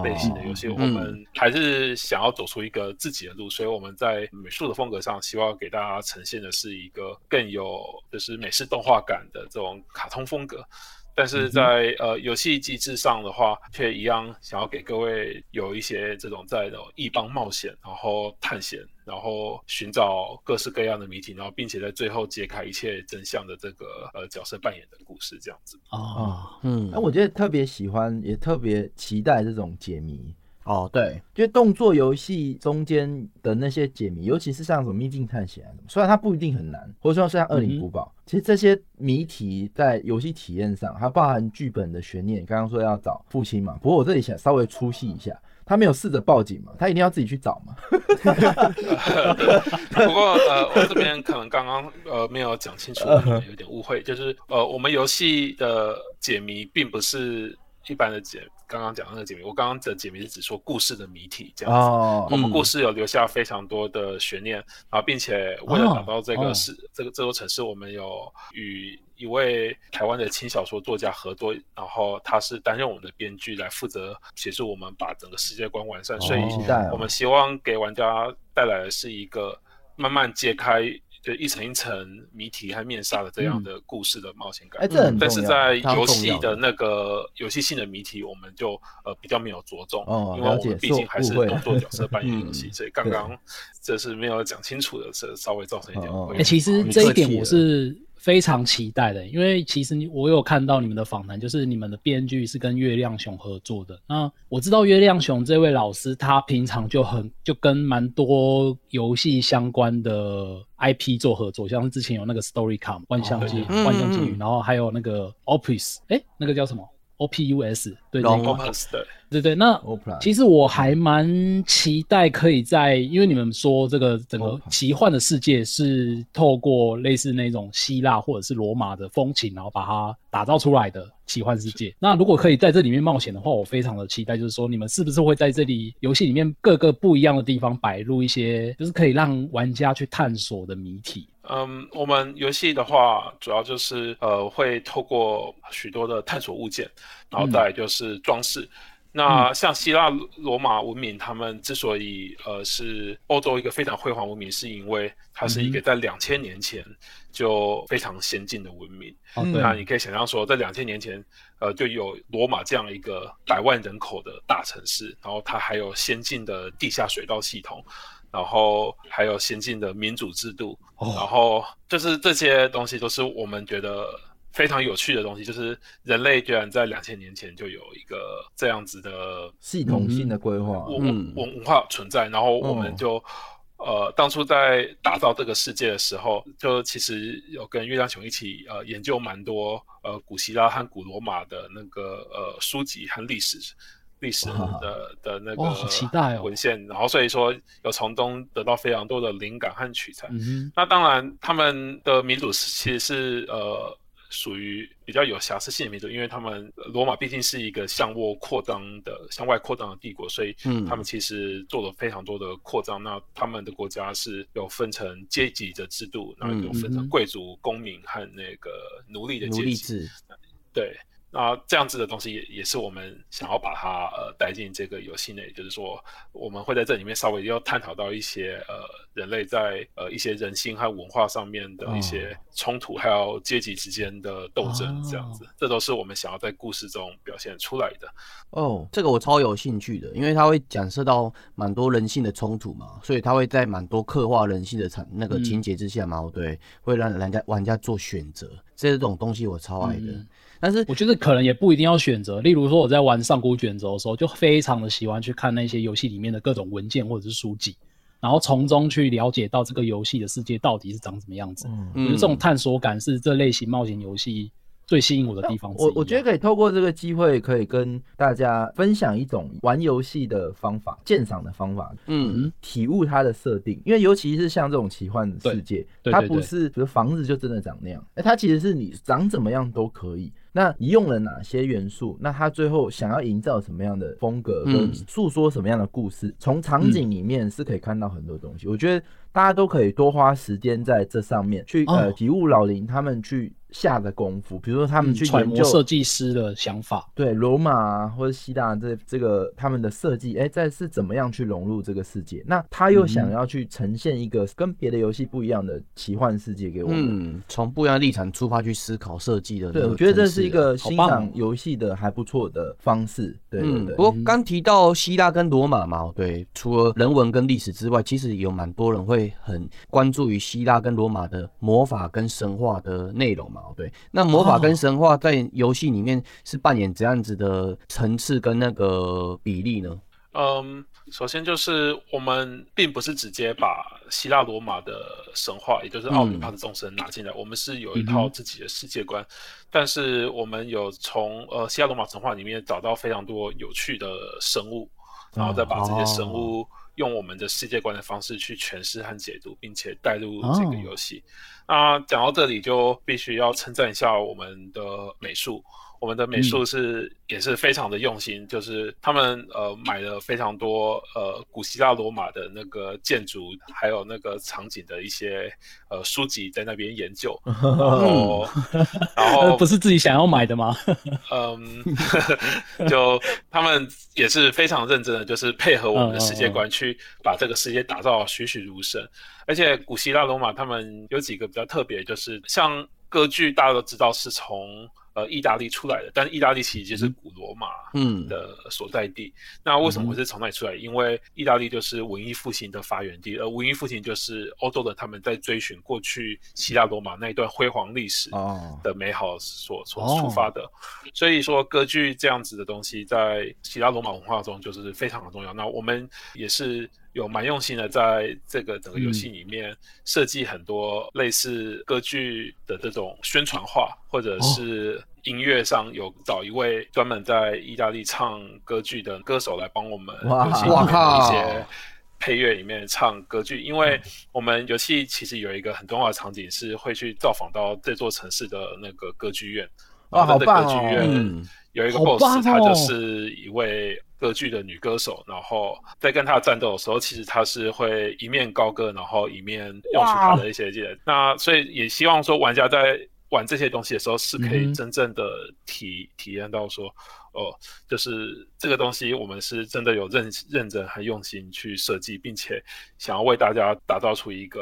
类型的游戏，哦我们还是想要走出一个自己的路，所以我们在美术的风格上，希望给大家呈现的是一个更有就是美式动画感的这种卡通风格。但是在、呃游戏机制上的话，却一样想要给各位有一些这种在那种异邦冒险，然后探险，然后寻找各式各样的谜题，然后并且在最后揭开一切真相的这个呃角色扮演的故事，这样子。啊，啊，嗯那，我觉得特别喜欢，也特别期待这种解谜。哦，对，因为动作游戏中间的那些解谜，尤其是像什么秘境探险啊什么，虽然它不一定很难，或者说像恶灵古堡，其实这些谜题在游戏体验上，它包含剧本的悬念。刚刚说要找父亲嘛，不过我这里想稍微出戏一下，他没有试着报警嘛，他一定要自己去找嘛。 不过呃，我这边可能刚刚呃没有讲清楚，可能有点误会，就是呃，我们游戏的解谜并不是一般的解，刚刚讲的那个解谜，我刚刚的解谜是指说故事的谜题这样子。哦我们嗯故事有留下非常多的悬念，啊，并且为了哦打造这个哦市、这个这座城市，我们有与一位台湾的轻小说作家合作，然后他是担任我们的编剧，来负责协助我们把整个世界观完善。所以好期待、哦、我们希望给玩家带来的是一个慢慢揭开，就一层一层谜题和面纱的这样的故事的冒险感。哎、这很重要。嗯但是在它很游戏重要的那个游戏性的谜题，我们就呃比较没有着重，哦因为我了解们毕竟还是是我误会动 作角色扮演游戏，嗯所以刚刚这是没有讲清楚的，这稍微造成一点误哦会。哎，其实你这客一点气我了是非常期待的，因为其实你我有看到你们的访谈，就是你们的编剧是跟月亮熊合作的。那我知道月亮熊这位老师，他平常就很就跟蛮多游戏相关的 IP 做合作，像是之前有那个 Storycom 万象机、嗯万象机嗯女，嗯然后还有那个 Opus，哎，那个叫什么 Opus？对，那龙个 Opus 对，对对，那 Opera 其实我还蛮期待可以在，因为你们说这个整个 Opera 奇幻的世界是透过类似那种希腊或者是罗马的风情，然后把它打造出来的奇幻世界。那如果可以在这里面冒险的话，我非常的期待，就是说你们是不是会在这里游戏里面各个不一样的地方摆入一些，就是可以让玩家去探索的谜题。嗯，我们游戏的话，主要就是呃，会透过许多的探索物件，然后再来就是装饰。那像希腊、罗马文明，他们之所以呃是欧洲一个非常辉煌文明，是因为它是一个在两千年前就非常先进的文明。哦嗯对，那你可以想象说，在两千年前，呃，就有罗马这样一个百万人口的大城市，然后它还有先进的地下水道系统，然后还有先进的民主制度，然哦，后就是这些东西都是我们觉得非常有趣的东西，就是人类居然在两千年前就有一个这样子的系统性的规划，文嗯文文化存在，然后我们嗯就、呃当初在打造这个世界的时候，就其实有跟月亮熊一起呃研究蛮多呃古希腊和古罗马的那个呃书籍和历史。历史的的那哇好期个待哦文献，然后所以说有从中得到非常多的灵感和取材。嗯哼，那当然，他们的民主是其实是呃属于比较有瑕疵性的民主，因为他们呃罗马毕竟是一个向沃扩张的、向外扩张的帝国，所以嗯他们其实做了非常多的扩张。那他们的国家是有分成阶级的制度，然后有分嗯成哼贵族、公民和那个奴隶的奴阶隶级。制，对。那这样子的东西也也是我们想要把它呃带进这个游戏内，就是说我们会在这里面稍微要探讨到一些呃人类在呃一些人性和文化上面的一些冲突，还有阶级之间的斗争这样子，这都是我们想要在故事中表现出来的。哦，这个我超有兴趣的，因为它会假设到蛮多人性的冲突嘛，所以它会在蛮多刻画人性的产那个嗯情节之下嘛，哦对，会让人家玩家做选择，这种东西我超爱的。嗯但是我觉得可能也不一定要选择。例如说，我在玩上古卷轴的时候，就非常的喜欢去看那些游戏里面的各种文件或者是书籍，然后从中去了解到这个游戏的世界到底是长什么样子。嗯，我觉得这种探索感是这类型冒险游戏最吸引我嗯的地方之一啊。我我觉得可以透过这个机会，可以跟大家分享一种玩游戏的方法、鉴赏的方法，嗯，体悟它的设定，因为尤其是像这种奇幻世界，对对它对不对是比如房子就真的长那样，哎、它其实是你长怎么样都可以。那你用了哪些元素？那它最后想要营造什么样的风格，跟嗯诉说什么样的故事？从场景里面是可以看到很多东西。我觉得大家都可以多花时间在这上面去、呃哦体悟老林他们去下的功夫，比如说他们嗯去揣研摩究设计师的想法，对罗马、啊、或者希腊这这个他们的设计，哎，在是怎么样去融入这个世界？那他又嗯想要去呈现一个跟别的游戏不一样的奇幻世界给我们。嗯，从不一样的立场出发去思考设计的那个层对，次啊，我觉得这是一个好欣棒哦赏游戏的还不错的方式。对对嗯，对，不过刚提到希腊跟罗马嘛，哦对，除了人文跟历史之外，其实有蛮多人会很关注于希腊跟罗马的魔法跟神话的内容嘛，哦对。那魔法跟神话在游戏里面是扮演怎样子的层次跟那个比例呢？嗯，首先就是我们并不是直接把希腊罗马的神话，也就是奥林帕斯众神拿进来，我们是有一套自己的世界观，但是我们有从呃希腊罗马神话里面找到非常多有趣的生物，然后再把这些生物用我们的世界观的方式去诠释和解读，并且带入这个哦游戏。那讲到这里，就必须要称赞一下我们的美术。我们的美术是、也是非常的用心，就是他们呃买了非常多呃古希腊罗马的那个建筑，还有那个场景的一些呃书籍在那边研究，然后、然后呃， 不是自己想要买的吗？嗯， 就他们也是非常认真的，就是配合我们的世界观去把这个世界打造得栩栩如生。而且古希腊罗马他们有几个比较特别，就是像歌剧，大家都知道是从呃意大利出来的，但意大利其实就是古罗马嗯，的所在地。那为什么我是从那里出来？因为意大利就是文艺复兴的发源地，而文艺复兴就是欧洲人他们在追寻过去希腊罗马那一段辉煌历史。哦，的美好所所哦触发的。所以说，歌剧这样子的东西在希腊罗马文化中就是非常的重要。那我们也是。有蛮用心的，在这个整个游戏里面设计很多类似歌剧的这种宣传画，或者是音乐上有找一位专门在意大利唱歌剧的歌手来帮我们哇嗯游戏里面的一些配乐里面唱歌剧，因为我们游戏其实有一个很重要的场景是会去造访到这座城市的那个歌剧院，哇然后在好棒歌哦剧院嗯有一个好 BOSS，、棒哦她就是一位歌剧的女歌手，然后在跟她战斗的时候，其实她是会哦一面高歌，然后一面用出她的一些技能。那所以也希望说玩家在。玩这些东西的时候，是可嗯以哼真正的体、体验到说，哦，就是这个东西我们是真的有认认真和用心去设计，并且想要为大家打造出一个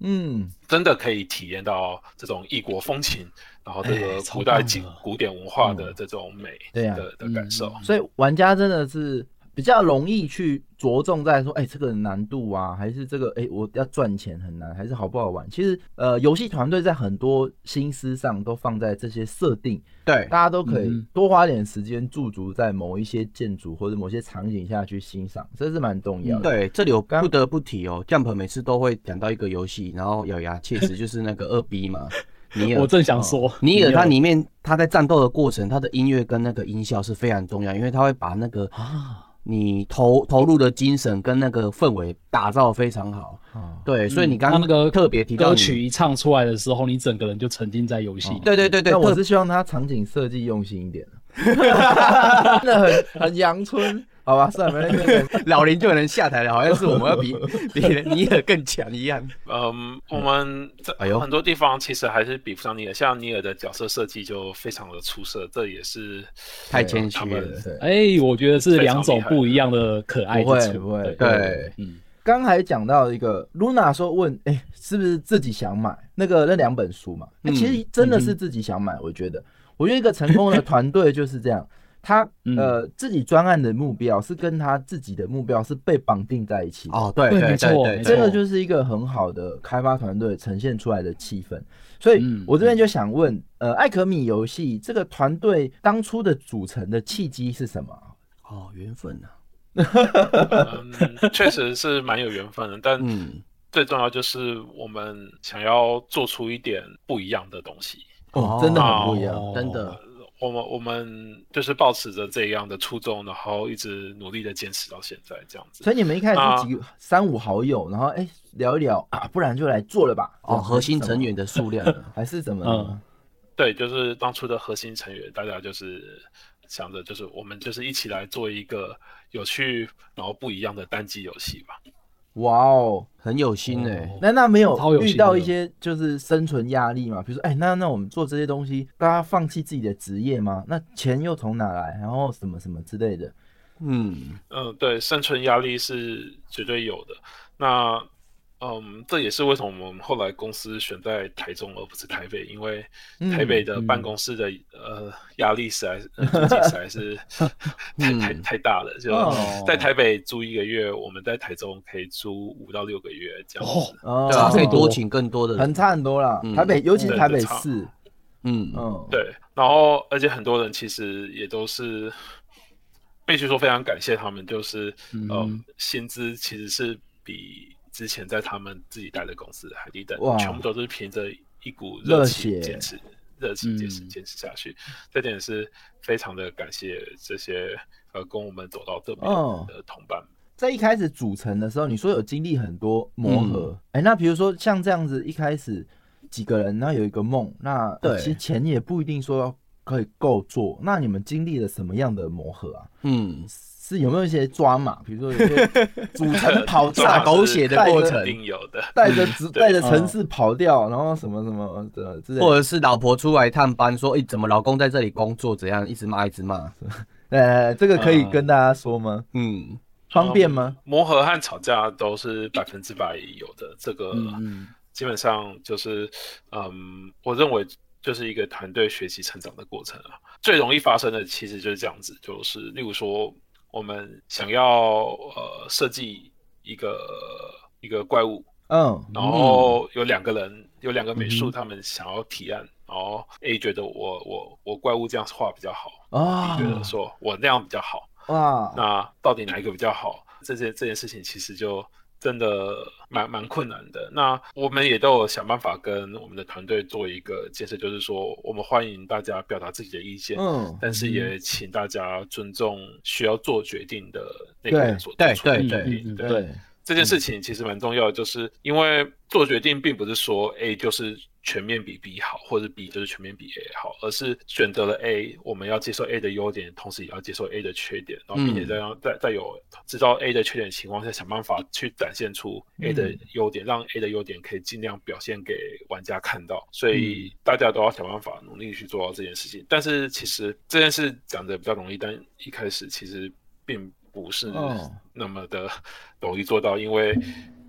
嗯，真的可以体验到这种异国风情，然后这哎个超古代棒景、的古典文化的这种美的、对啊的感受。嗯所以玩家真的是比较容易去着重在说，哎、这个难度啊，还是这个，哎、我要赚钱很难，还是好不好玩？其实，呃，游戏团队在很多心思上都放在这些设定，对大，家都可以嗯多花点时间驻足在某一些建筑或者某些场景下去欣赏，这是蛮重要的。嗯对，这里我不得不提哦，Jump 每次都会讲到一个游戏，然后咬牙切齿，就是那个二 B 嘛。尼尔，我正哦想说，尼尔它你嗯里面它在战斗的过程，它的音乐跟那个音效是非常重要，因为它会把那个啊，你投投入的精神跟那个氛围打造得非常好。啊，对，所以你嗯刚他那刚个特别提到歌你曲，一唱出来的时候，你整个人就沉浸在游哦戏里。对对对对，那我特是希望他场景设计用心一点。啊 真的很很阳春，好吧，算了，没 关系。老林就能下台了，好像是我们要比比尼尔更强一样。嗯，我们在哎呦很多地方其实还是比不上尼尔，像尼尔的角色设计就非常的出色，这也是太谦虚他们了。对，哎、我觉得是两种不一样的可爱不之会处。不会，对，嗯，刚才讲到一个 Luna 说问，哎、是不是自己想买那个那两本书嘛、哎嗯其实真的是自己想买，我觉得，我觉得一个成功的团队就是这样，他嗯呃自己专案的目标是跟他自己的目标是被绑定在一起的。哦，对对对没错对没错这对，个就是一个很好的开发团队呈现出来的气氛，所以嗯我这边就想问，呃，艾可米游戏这个团队当初的组成的契机是什么？哦，缘分啊，嗯，确实是蛮有缘分的，但嗯，最重要就是我们想要做出一点不一样的东西。哦，真的很不一样，哦真的，我们我们就是保持着这样的初衷，然后一直努力的坚持到现在这样子。所以你们一开始啊是几个、三五好友，然后哎、聊一聊啊，不然就来做了吧。哦，核心成员的数量啊 还是怎么嗯呢？对，就是当初的核心成员，大家就是想着就是我们就是一起来做一个有趣然后不一样的单机游戏吧。哇哦，很有心哎哦。那那没超有有心的遇到一些就是生存压力嘛？比如说，哎、那那我们做这些东西，大家放弃自己的职业吗？那钱又从哪来？然后什么什么之类的。 嗯，嗯，对，生存压力是绝对有的。那，嗯，这也是为什么我们后来公司选在台中而不是台北，因为台嗯北的办公室的、呃压力实在是呃经济实在 是太太嗯太大了。就哦在台北租一个月，我们在台中可以租五到六个月这样子。哦对啊，可以多多请更多的人，很差很多啦。嗯台北，尤其是台北对很市，嗯，嗯，，对，然后而且很多人其实也都是必须说非常感谢他们，就是嗯嗯，薪资其实是比之前在他们自己待的公司还低的哇，全部都是凭着一股热热情血坚持。热情坚持嗯坚持下去，这点是非常的感谢这些呃跟我们走到这边哦的同伴。在一开始组成的时候，你说有经历很多磨合，嗯哎、那比如说像这样子，一开始几个人，然后有一个梦，那对其实钱也不一定说可以够做，那你们经历了什么样的磨合啊？嗯，是有没有一些抓马？比如说有些 组成 跑撒炸大狗血的过程啊一定有的。带着直对带着城市跑掉，然后什么什么的之类嗯或的。者是老婆出来探班，说，哎，怎么老公在这里工作，怎样，一直骂，一直骂，来来来，这个可以嗯跟大家说吗？嗯，方便吗？磨合和吵架都是百分之百有的，这个嗯嗯基本上就是，嗯，我认为就是一个团队学习成长的过程啊。最容易发生的其实就是这样子，就是例如说，我们想要呃设计一个一个怪物，嗯，然后有两个人，有两个美术，他们想要提案，然后 A 觉得我我我怪物这样画比较好啊，B 觉得说我那样比较好，哇，那到底哪一个比较好？这件这件事情其实就真的蛮蛮困难的。那我们也都有想办法跟我们的团队做一个建设，就是说我们欢迎大家表达自己的意见，嗯，但是也请大家尊重需要做决定的那个人所对做出的对决对定。对对，这件事情其实蛮重要的，就是因为做决定并不是说 A 就是全面比 B 好，或者 B 就是全面比 A 好，而是选择了 A，我们要接受 A 的优点，同时也要接受 A 的缺点，然后并且再让在在有知道 A 的缺点的情况下，想办法去展现出 A 的优点，让 A 的优点可以尽量表现给玩家看到。所以大家都要想办法努力去做到这件事情。但是其实这件事讲的比较容易，但一开始其实并不是哦那么的容易做到，因为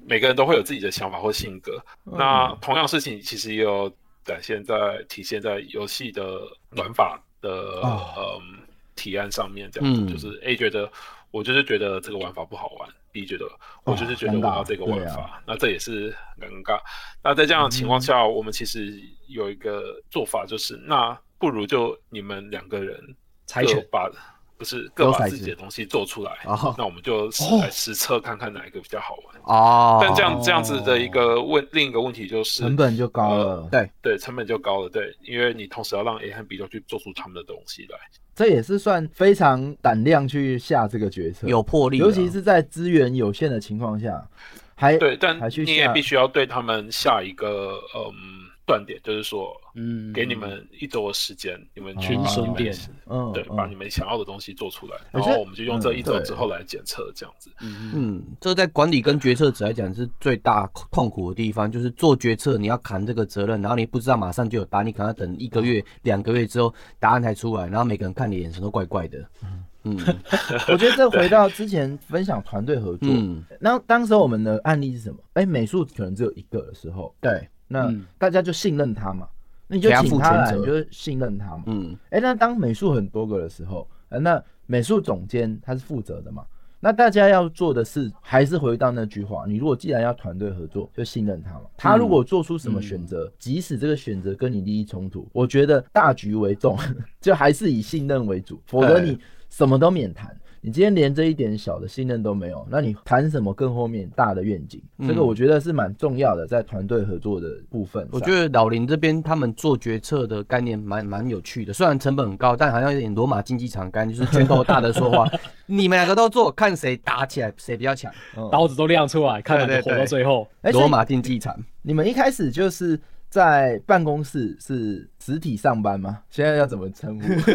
每个人都会有自己的想法或性格。嗯那同样事情其实也有展现在体现在游戏的玩法的、哦嗯提案上面，这样子、嗯就是 A 觉得我就是觉得这个玩法不好玩，B 觉得我就是觉得尴我尬要这个玩对啊嗯法，那这也是很尴尬。那在这样的情况下，我们其实有一个做法，就是那不如就你们两个人猜拳各把不是各有把骰自己子的东西做出来，哦那我们就实哦来实测看看哪一个比较好玩。哦，但这样这样子的一个问另一个问题就是成本就高了。对对成本就高了，对，因为你同时要让 A 和 B 都去做出他们的东西来。这也是算非常胆量去下这个决策，有魄力啊，尤其是在资源有限的情况下，还对，但还去你也下必须要对他们下一个嗯断点，就是说嗯，给你们一周的时间，你们去停把你损们点嗯对，嗯把你们想要的东西做出来，我然觉得后我们就用这一周嗯对之后来检测，这样子。嗯，嗯嗯，这在管理跟决策者来讲是最大痛苦的地方，就是做决策你要扛这个责任，然后你不知道马上就有答案，你可能要等一个月、两个月之后答案才出来，然后每个人看你眼神都怪怪的。嗯我觉得这回到之前分享团队合作，嗯，那当时我们的案例是什么？哎，美术可能只有一个的时候，对，那嗯大家就信任他嘛，那你就给他请负他全来，责你就信任他嘛。嗯哎，那当美术很多个的时候，呃那美术总监他是负责的嘛？那大家要做的事还是回到那句话，你如果既然要团队合作，就信任他嘛。他如果做出什么选嗯择，即使这个选择跟你利益冲突，我觉得大局为重， 就还是以信任为主，否则对你什么都免谈。你今天连这一点小的信任都没有，那你谈什么更后面大的愿景？这个嗯我觉得是蛮重要的，在团队合作的部分上。我觉得老林这边他们做决策的概念蛮蛮有趣的，虽然成本很高，但好像有点罗马竞技场概念，就是拳头大的 说话，你们两个都做，看谁打起来谁比较强。嗯刀子都亮出来，看哪个对对活到对最后。哎所以罗马竞技场，你们一开始就是在办公室是实体上班吗？现在要怎么称呼？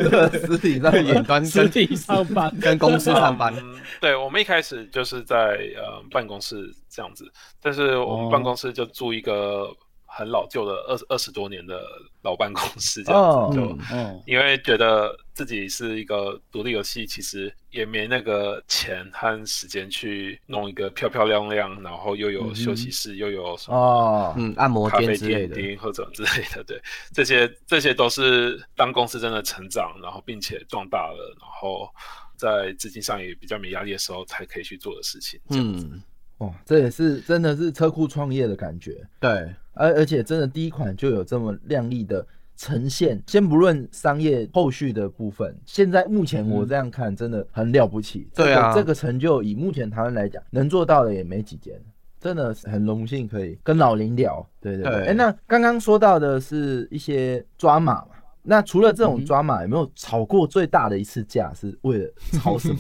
实体 上 远班。端实跟体上班，跟公司 上班。嗯，对，我们一开始就是在呃办公室这样子，但是我们办公室就住一个很老旧的二十二十多年的老办公室这样子，哦就 嗯嗯，因为觉得自己是一个独立游戏，其实也没那个钱和时间去弄一个漂漂亮亮，然后又有休息室，又有什么哦，嗯，按摩咖店啡之类店、的，店或者之类的，对，这些这些都是当公司真的成长，然后并且壮大了，然后在资金上也比较没压力的时候，才可以去做的事情。这样子，嗯，哇，哦这也是真的是车库创业的感觉，对，而而且真的第一款就有这么亮丽的呈现。先不论商业后续的部分，现在目前我这样看真的很了不起。对啊这个这个成就以目前台湾来讲，能做到的也没几间。真的是很荣幸可以跟老林聊，对对对。哎、对那刚刚说到的是一些抓马嘛，那除了这种抓马，有没有吵过最大的一次架是为了吵什么？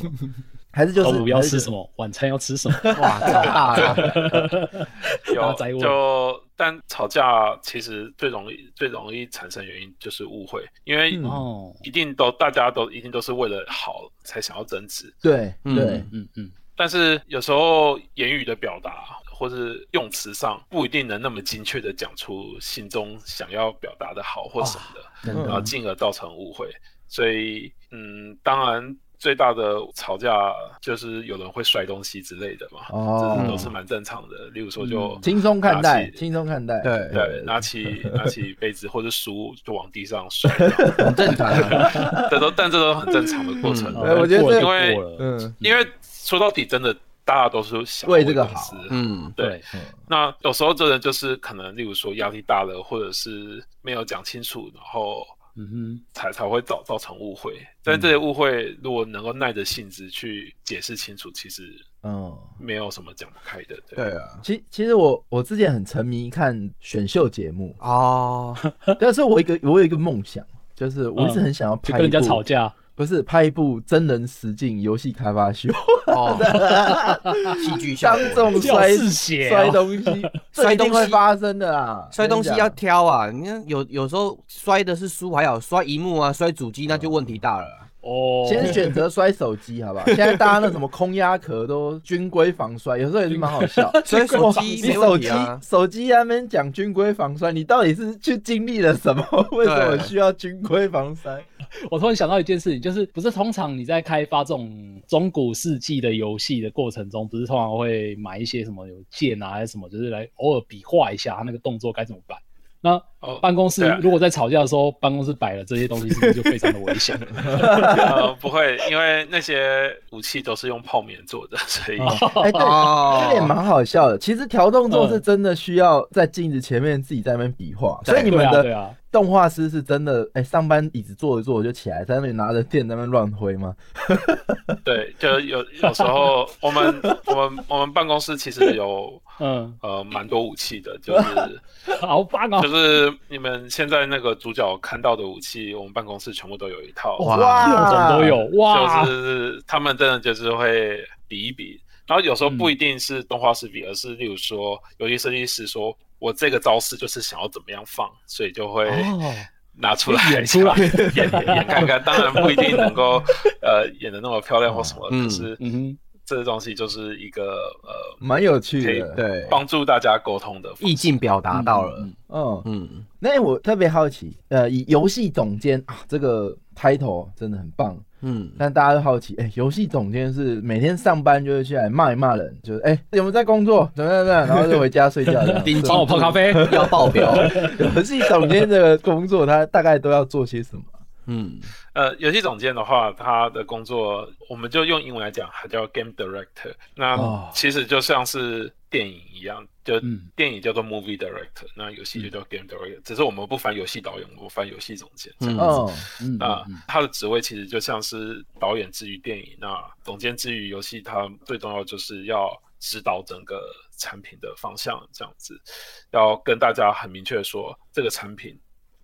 还是就中是午要还是吃就什么，晚餐要吃什 么，哇，超大 啊了，大宅有问就但吵架其实最容易最容易产生原因就是误会，因为嗯哦，一定都大家都一定都是为了好才想要争执，对嗯对，嗯嗯，但是有时候言语的表达或是用词上不一定能那么精确的讲出心中想要表达的好或什么哦的，真然嗯后的，进而造成误会。所以，嗯，当然最大的吵架就是有人会摔东西之类的嘛，哦这是都是蛮正常的。例如说就嗯轻松看待拿，起轻松看待，对对，拿起拿起杯子或者书就往地上摔，这样 很正常啊。这都但这都很正常的过程。对我觉得哦过了这因为过了，嗯因为说到底，真的大家都是想为这个公司好嗯，对对，那有时候真的就是可能，例如说压力大了，或者是没有讲清楚，然后嗯哼。才才会造造成误会。但嗯这些误会如果能够耐着性子去解释清楚，其实嗯。没有什么讲不开的。对，对啊，，其其实我我之前很沉迷看选秀节目 哦，但是我一个我有一个梦想，就是我一直嗯很想要去拍跟人一家部吵架，不是拍一部真人实境游戏开发 秀， 哦，戏剧效当果。众叫摔嗜血摔哦东西，这 摔一定东会西发生的啊！摔东西跟你要讲挑啊，你看有有时候摔的是书，还好摔荧幕啊，摔主机那就问题大了啊。哦，先选择摔手机，好不 好？现在大家那什么空压壳都军规防摔，有时候也是蛮好 笑。所以手你机没手问题机啊。手机那边讲军规防摔，你到底是去经历了什么？ 为什么需要军规防 摔？我突然想到一件事情，就是不是通常你在开发这种中古世纪的游戏的过程中，不是通常会买一些什么有剑啊还是什么，就是来偶尔比划一下它那个动作该怎么办。那 哦办公室对啊如果在吵架的时候，办公室摆了这些东西，是不是就非常的危 险？呃，不会，因为那些武器都是用泡棉做的，所以哎，对，哦这个也蛮好笑的。其实调动作嗯是真的需要在镜子前面自己在那边比划， 所以你对们啊对的啊，动画师是真的，哎，上班椅子坐一坐就起来，在那里拿着剑在那边乱挥吗？对，就有有时候我们我们我们办公室其实有嗯，呃蛮多武器的， 就是好棒哦就！是你们现在那个主角看到的武器，我们办公室全部都有一套，哇各种都有哇，就是他们真的就是会比一比，然后有时候不一定是动画师比，而是例如说游戏设计师说我这个招式就是想要怎么样放，所以就会哦拿出来、演出来演演演看看，当然不一定能够呃演的那么漂亮或什么，嗯可是嗯哼这东西就是一个呃蛮有趣可的，。对，帮助大家沟通的方式意境表达到了。嗯，嗯，那我特别好奇，呃，以游戏总监啊这个 title 真的很棒，嗯，但大家都好奇，哎、游戏总监是每天上班就会去来骂一骂人，就是哎、有没有在工作，怎么样怎么样，然后就回家睡觉这 样。顶帮我泡咖 啡。嗯嗯嗯要爆表。游戏总监这个工作，他大概都要做些什么？嗯，呃，游戏总监的话，他的工作我们就用英文来讲，它叫 game director。哦那其实就像是电影一样，就嗯电影叫做 movie director，、那游戏就叫 game director、只是我们不翻游戏导演，我们翻游戏总监。这样嗯哦，嗯，那嗯他的职位其实就像是导演之于电影，那总监之于游戏，他最重要就是要指导整个产品的方向，这样子，要跟大家很明确地说这个产品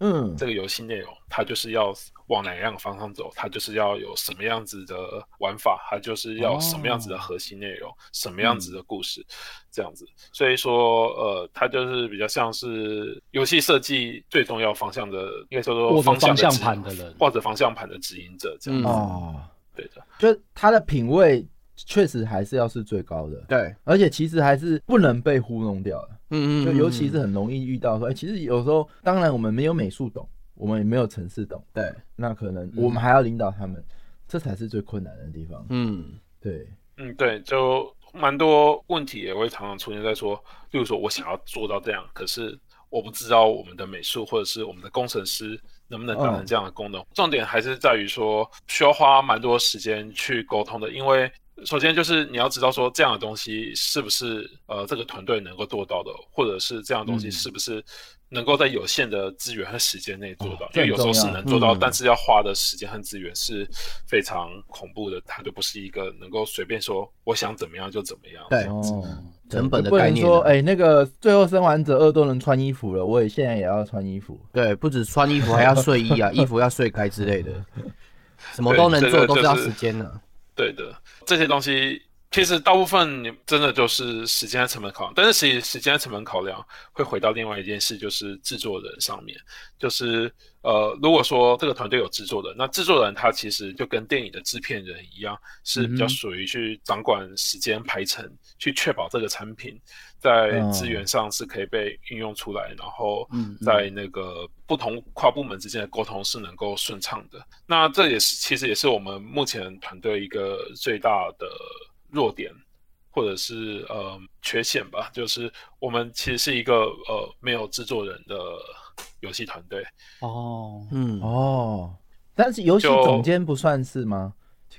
嗯，这个游戏内容，它就是要往哪样的方向走，它就是要有什么样子的玩法，它就是要有什么样子的哦核心内容，什么样嗯子的故事，这样子。所以说，呃，它就是比较像是游戏设计最重要方向的，应该叫做握着方向方的向指盘的人，或者方向盘的指引者这样子。嗯哦，对的，就他的品味确实还是要是最高的，对，而且其实还是不能被糊弄掉的。嗯就尤其是很容易遇到说，哎、其实有时候，当然我们没有美术懂，我们也没有城市懂，对，那可能嗯我们还要领导他们，这才是最困难的地方。嗯对，嗯，对，就蛮多问题也会常常出现在说，例如说我想要做到这样，可是我不知道我们的美术或者是我们的工程师能不能达成这样的功能。重点还是在于说，需要花蛮多时间去沟通的，因为。首先就是你要知道说这样的东西是不是呃这个团队能够做到的，或者是这样的东西嗯是不是能够在有限的资源和时间内做到，哦因为有时候这是很重要能做到，嗯但但是要花的时间和资源是非常恐怖的，它就不是一个能够随便说我想怎么样就怎么样。对，哦，嗯成本的不概能念啊。说，哎、那个最后生完者二都能穿衣服了，我也现在也要穿衣服。对，不止穿衣服还要睡 衣啊，衣服要睡开之类的，什么都能对这做，都个是要就是时间啊的。对的，这些东西其实大部分你真的就是时间和成本考量，但是其实时间和成本考量会回到另外一件事，就是制作人上面，就是呃，如果说这个团队有制作人，那制作人他其实就跟电影的制片人一样，是比较嗯哼属于去掌管时间排程，去确保这个产品在嗯资源上是可以被运用出来，然后嗯嗯在那个不同跨部门之间的沟通是能够顺畅的。那这也是其实也是我们目前团队一个最大的弱点，或者是呃缺陷吧，就是我们其实是一个呃没有制作人的游戏团队。哦，嗯，哦，但是游戏就总监不算是吗？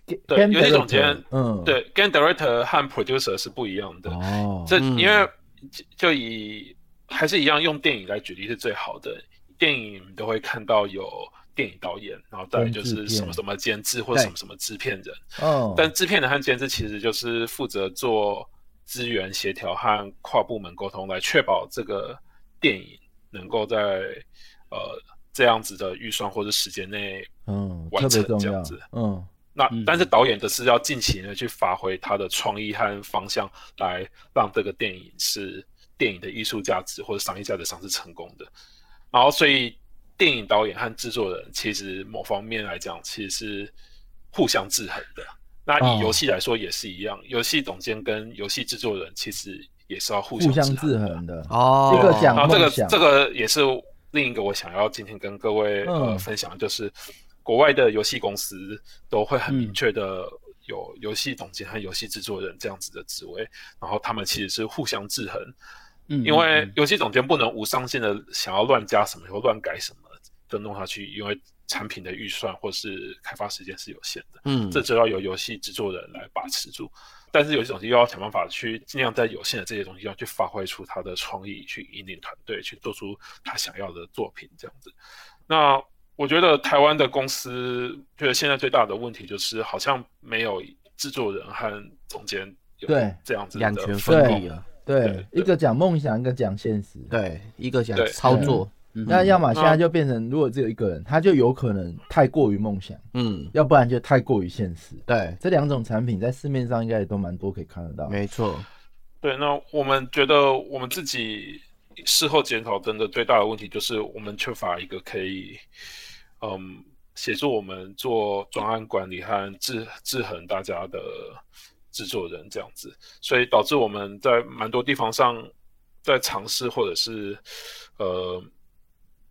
就 ga- 对 game 游戏 director，总监嗯，，对，game director 和 producer 是不一样的。哦，这嗯因为就就以还是一样用电影来举例是最好的。电影都会看到有电影导演，然后再来就跟制是片什么什么监制或对什么什么制片人，嗯，但制片人和监制其实就是负责做资源协调和跨部门沟通，来确保这个电影能够在呃这样子的预算或者时间内嗯，完特别成重这要样子。嗯，那嗯但是导演的是要尽情的去发挥他的创意和方向，来让这个电影是电影的艺术价值或者商业价值上是成功的。然后，所以电影导演和制作人其实某方面来讲，其实是互相制衡的。那以哦游戏来说也是一样，游戏总监跟游戏制作人其实也是要互互相制制衡的。啊衡的。哦，一个讲然后这个梦想这个也是另一个我想要今天跟各位、呃嗯分享，的就是国外的游戏公司都会很嗯明确的有游戏总监和游戏制作人这样子的职位，然后他们其实是互相制衡，嗯，因为嗯游戏总监不能无上限的想要乱加什么或乱改什么就弄下去，因为产品的预算或是开发时间是有限的。嗯，这就要由游戏制作人来把持住。但是游戏总监又要想办法去尽量在有限的这些东西上去发挥出他的创意，去引领团队，去做出他想要的作品这样子。那我觉得台湾的公司，觉得现在最大的问题就是好像没有制作人和总监有对这样子的两权分分工立。了，对对，一个讲梦想，一个讲现实。对，一个讲对嗯操作，嗯那要么现在那就变成，如果只有一个人，他就有可能太过于梦想，嗯，要不然就太过于现实。对，这两种产品在市面上应该也都蛮多可以看得到。没错，对，那我们觉得我们自己事后检讨，真的最大的问题就是我们缺乏一个可以，嗯，协助我们做专案管理和制制衡大家的制作人这样子，所以导致我们在蛮多地方上在尝试或者是呃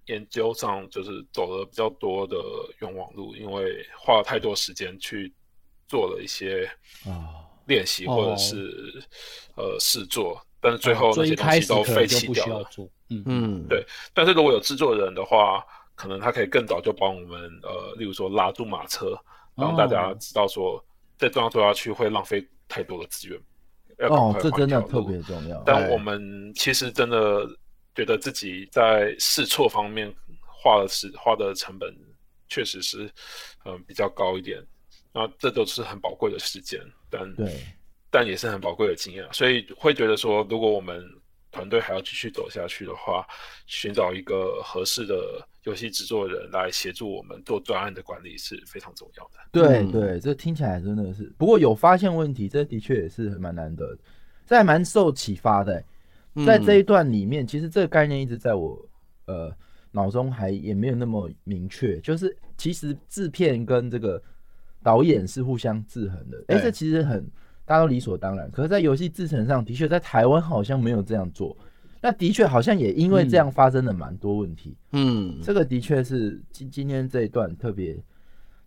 研究上，就是走了比较多的冤枉路，因为花了太多时间去做了一些啊练习哦或者是、呃试做，但是最后那最些哦一东开西始都可废能就弃不掉需要了。做，嗯嗯嗯，对但是如果有制作人的话，可能他可以更早就帮我们呃，例如说拉住马车，让大家知道说在这样做下去会浪费太多的资源。要赶哦快，这换真的条特路别重要。但我们其实真的觉得自己在试错方面花的时花的成本确实是嗯、呃比较高一点，那这都是很宝贵的时间，但对，但也是很宝贵的经验啊，所以会觉得说，如果我们团队还要继续走下去的话，寻找一个合适的游戏制作人来协助我们做专案的管理是非常重要的。对嗯对，这听起来真的是，不过有发现问题，这的确也是蛮难得的，这还蛮受启发的欸、嗯在这一段里面，其实这个概念一直在我呃脑中还也没有那么明确，就是其实制片跟这个导演是互相制衡的，哎、对这其实很大家都理所当然。可是，在游戏制成上，的确在台湾好像没有这样做，那的确好像也因为这样发生了蛮多问题。嗯，这个的确是今今天这一段特别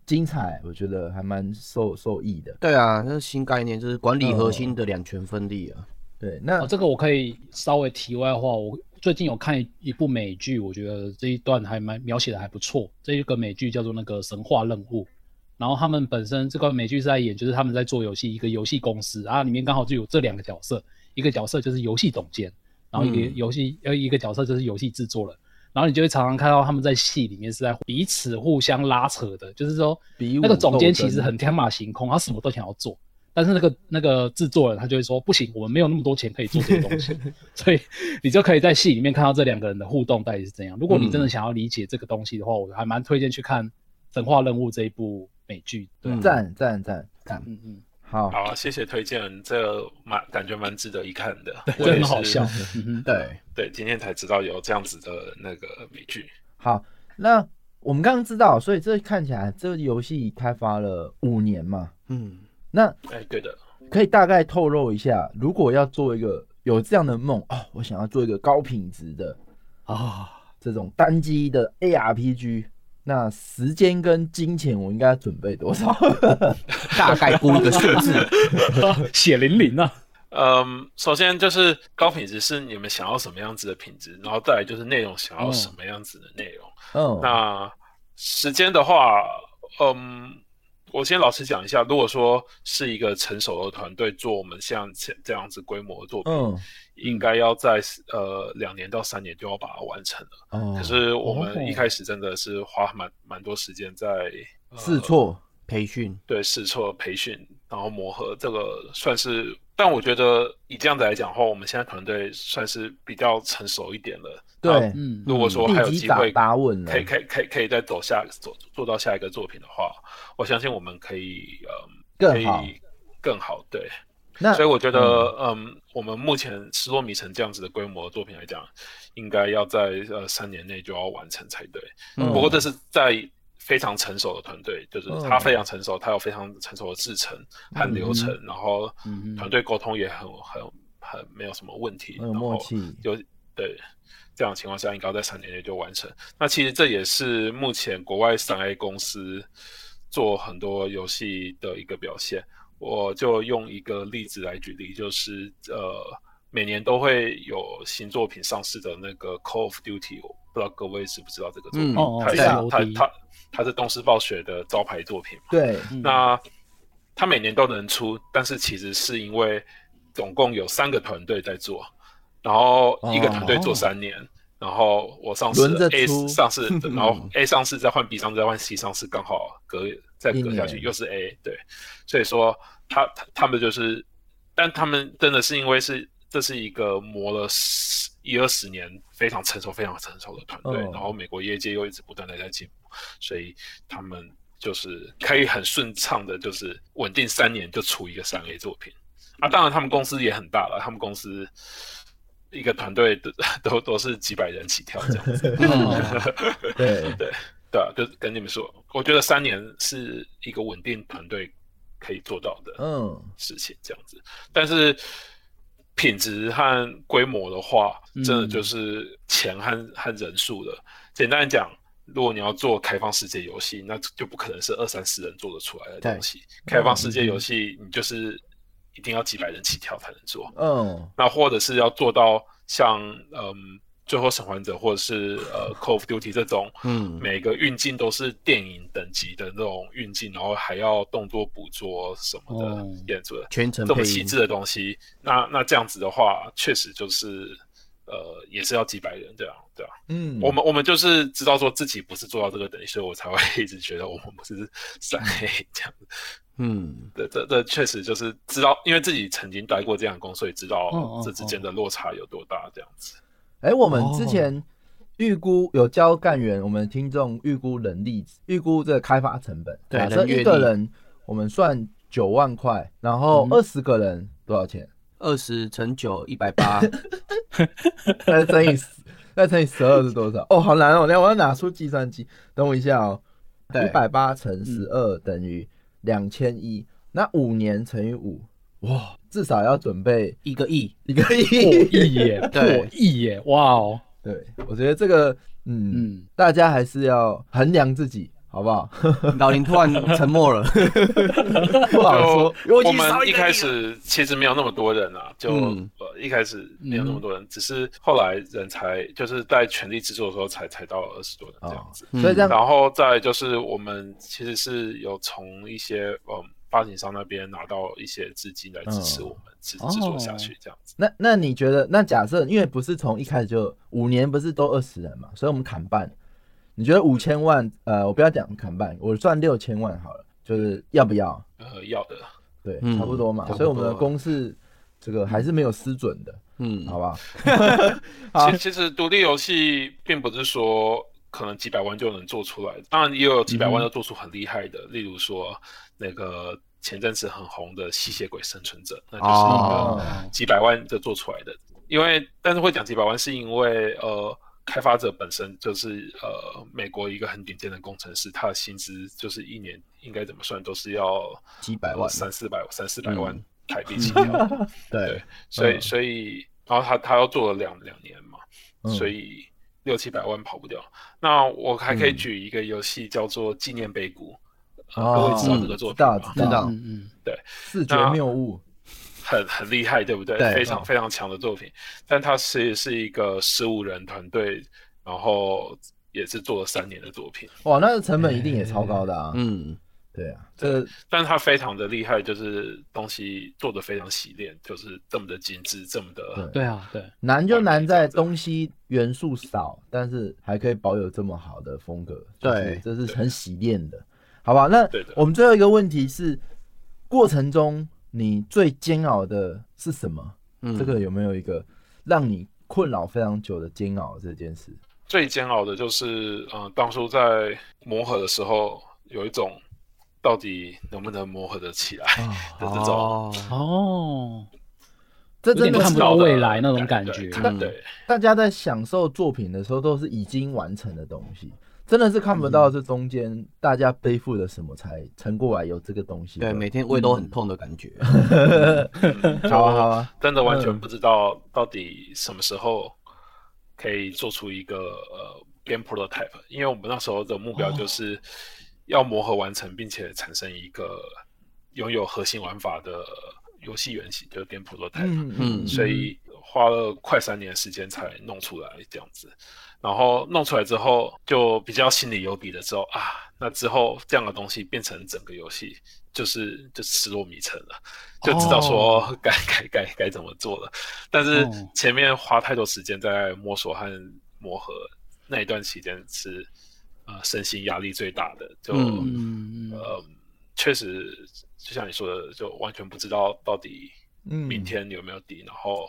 精彩，我觉得还蛮受受益的。对啊，那是新概念，就是管理核心的两权分立啊，对，那哦，这个我可以稍微题外话，我最近有看一一部美剧，我觉得这一段还蛮描写的还不错。这一个美剧叫做那个《神话任务》，然后他们本身这个美剧是在演，就是他们在做游戏，一个游戏公司啊，里面刚好就有这两个角色，一个角色就是游戏总监，然后一个嗯游戏呃、一个角色就是游戏制作人。然后你就会常常看到他们在戏里面是在彼此互相拉扯的，就是说比武那个总监斗争其实很天马行空，他什么都想要做，但是那个那个制作人他就会说不行，我们没有那么多钱可以做这些东 西，所以你就可以在戏里面看到这两个人的互动到底是怎样。如果你真的想要理解这个东西的话，我还蛮推荐去看《神话任务》这一部美剧。对，嗯赞赞赞，嗯嗯，好，好啊，谢谢推荐，这蛮感觉蛮值得一看的，我真的也很是好笑。嗯哼对，对，今天才知道有这样子的那个美剧。好，那我们刚刚知道，所以这看起来这个游戏开发了五年嘛，嗯，那哎，对的，可以大概透露一下，如果要做一个有这样的梦哦，我想要做一个高品质的啊，这种单机的 ARPG。那时间跟金钱，我应该准备多少？ 大概估一 个数字，血淋淋 啊！嗯，首先就是高品质是你们想要什么样子的品质，然后再来就是内容嗯想要什么样子的内容。嗯，那时间的话，嗯，我先老实讲一下，如果说是一个成熟的团队做我们像这这样子规模的作品，嗯，应该要在呃两年到三年就要把它完成了。哦可，是我们哦一开始真的是花蛮蛮多时间在呃试错，培训，对试错培训，然后磨合，这个算是但我觉得以这样子来讲的话，我们现在可能对算是比较成熟一点了。对，嗯，如果说还有地基机打会打稳了可以可以可以可以再走下走做到下一个作品的话，我相信我们可以嗯可更好。以更好对。那所以我觉得嗯我们目前《失落迷城》这样子的规模的作品来讲，应该要在呃三年内就要完成才对。嗯不过这是在非常成熟的团队，就是嗯他非常成熟，他有非常成熟的制程和流程，然后嗯团队沟通也很很很没有什么问题，很有然嗯后默契有对。这样的情况下，应该要在三年内就完成。那其实这也是目前国外三 A 公司做很多游戏的一个表现。我就用一个例子来举例，就是呃，每年都会有新作品上市的那个《Call of Duty》，我不知道各位知不知道这个作品？嗯哦哦它知是道它 COD 它它是东施暴雪的招牌作品嘛？对，嗯那它每年都能出，但是其实是因为总共有三个团队在做，然后一个团队做三年。然后我上市哦轮着 A 出 上市，然后 A 上市再换 B 上市再换 C 上市，刚好隔再一隔下年去又是 A，对，所以说他他他们就是，但他们真的是因为是这是一个磨了十一二十年非常成熟、非常成熟的团队，哦然后美国业界又一直不断的在进步，所以他们就是可以很顺畅的，就是稳定三年就出一个三 A 作品。啊，当然他们公司也很大了，他们公司一个团队都都都是几百人起跳这样 子。嗯嗯对，对啊，就跟你们说，我觉得三年是一个稳定团队可以做到的嗯，事情，这样子。但是品质和规模的话，真的就是钱和、和人数了。简单讲，如果你要做开放世界游戏，那就不可能是二三十人做得出来的东西。开放世界游戏，你就是一定要几百人起跳才能做。嗯，那或者是要做到像嗯。最后生还者，或者是呃《Call of Duty》这种，嗯每个运镜都是电影等级的那种运镜，然后还要动作捕捉什么的哦演出的，全程这配么细音致的东西，那那这样子的话，确实就是呃，也是要几百人这样，对啊。嗯，我们我们就是知道说自己不是做到这个等级，所以我才会一直觉得我们不是 三 A 这样。嗯，这这这确实就是知道，因为自己曾经待过这样的工，所以知哦道哦这之间的落差有多大这样子。哎、我们之哦前预估有教干员，我们听众预估人力，预估这个开发成本。对假人设月一个力人我们算九万块，然嗯后二十个人多少钱？二十乘九一百八， 再乘以十，再乘以十二是多少？哦，好难哦！等一下我要拿出计算机，等我一下哦。对一百八乘十二等于两千一，那五年乘以五，哇，至少要准备一个亿，一个破亿。亿耶，对破亿耶，哇哦， 对，我觉得这个，嗯，嗯，大家还是要衡量自己，好不好？老林突然沉默了。不好说。就我已我经们少一一个开亿始其实没有那么多人啊，就、嗯呃一开始没有那么嗯多人，只是后来人才就是在全力制作的时候才才到二十多人这样子。哦所以这样，然后再来就是我们其实是有从一些嗯发行商那边拿到一些资金来支持嗯我们制制作下去这样子。那那你觉得，那假设因为不是从一开始就五年不是都二十人嘛，所以我们砍半。你觉得五千万，呃，我不要讲砍半，我算六千万好了，就是要不要？呃，要的。对，嗯差不多嘛。差不多所以我们的公式这个还是没有失准的，嗯，好不好？好其其实独立游戏并不是说可能几百万就能做出来，当然也有几百万就做出很厉害的，例如说那个前阵子很红的《吸血鬼生存者》，那就是一个哦哦几百万就做出来的。因为但是会讲几百万，是因为呃，开发者本身就是呃美国一个很顶尖的工程师，他的薪资就是一年应该怎么算都是要几百万三四百、三四百万嗯台币起 跳的。对，所以嗯所以然后他他要做了两两年嘛，嗯所以六七百万跑不掉。那我还可以嗯举一个游戏叫做《纪念碑谷》，呃各哦位知道这个作知品道吗？知道，嗯嗯，视觉谬误，很很厉害，对不对？对非常非常强的作品，但它是是一个十五人团队，然后也是做了三年的作品，哇，那成本一定也超高的啊。嗯，对啊，这个但它非常的厉害，就是东西做的非常洗练，就是这么的精致，这么的对啊，对，难就难在东西元素少，但是还可以保有这么好的风格，就是对这是很洗练的，好吧？那对的我们最后一个问题是，过程中你最煎熬的是什么？嗯这个有没有一个让你困扰非常久的煎熬这件事？最煎熬的就是，嗯、当初在磨合的时候，有一种到底能不能磨合得起来的这种，哦，哦，这有点真的看是不到未来那种感对觉嗯看对，大家在享受作品的时候都是已经完成的东西，真的是看不到这中间大家背负了什么才撑过来有这个东西。对，每天胃都很痛的感觉。 好啊好啊，真的完全不知道到底什么时候可以做出一个呃 game prototype，因为我们那时候的目标就是要磨合完成，并且产生一个拥有核心玩法的游戏原型，就是 game prototype。嗯嗯所以花了快三年的时间才弄出来这样子。然后弄出来之后，就比较心里有底了之后啊，那之后这样的东西变成整个游戏，就是就失落迷城了，就知道说该、该该该怎么做了。但是哦前面花太多时间在摸索和磨合，那一段期间是呃身心压力最大的，就、嗯嗯，嗯呃确实就像你说的，就完全不知道到底嗯明天有没有底，然后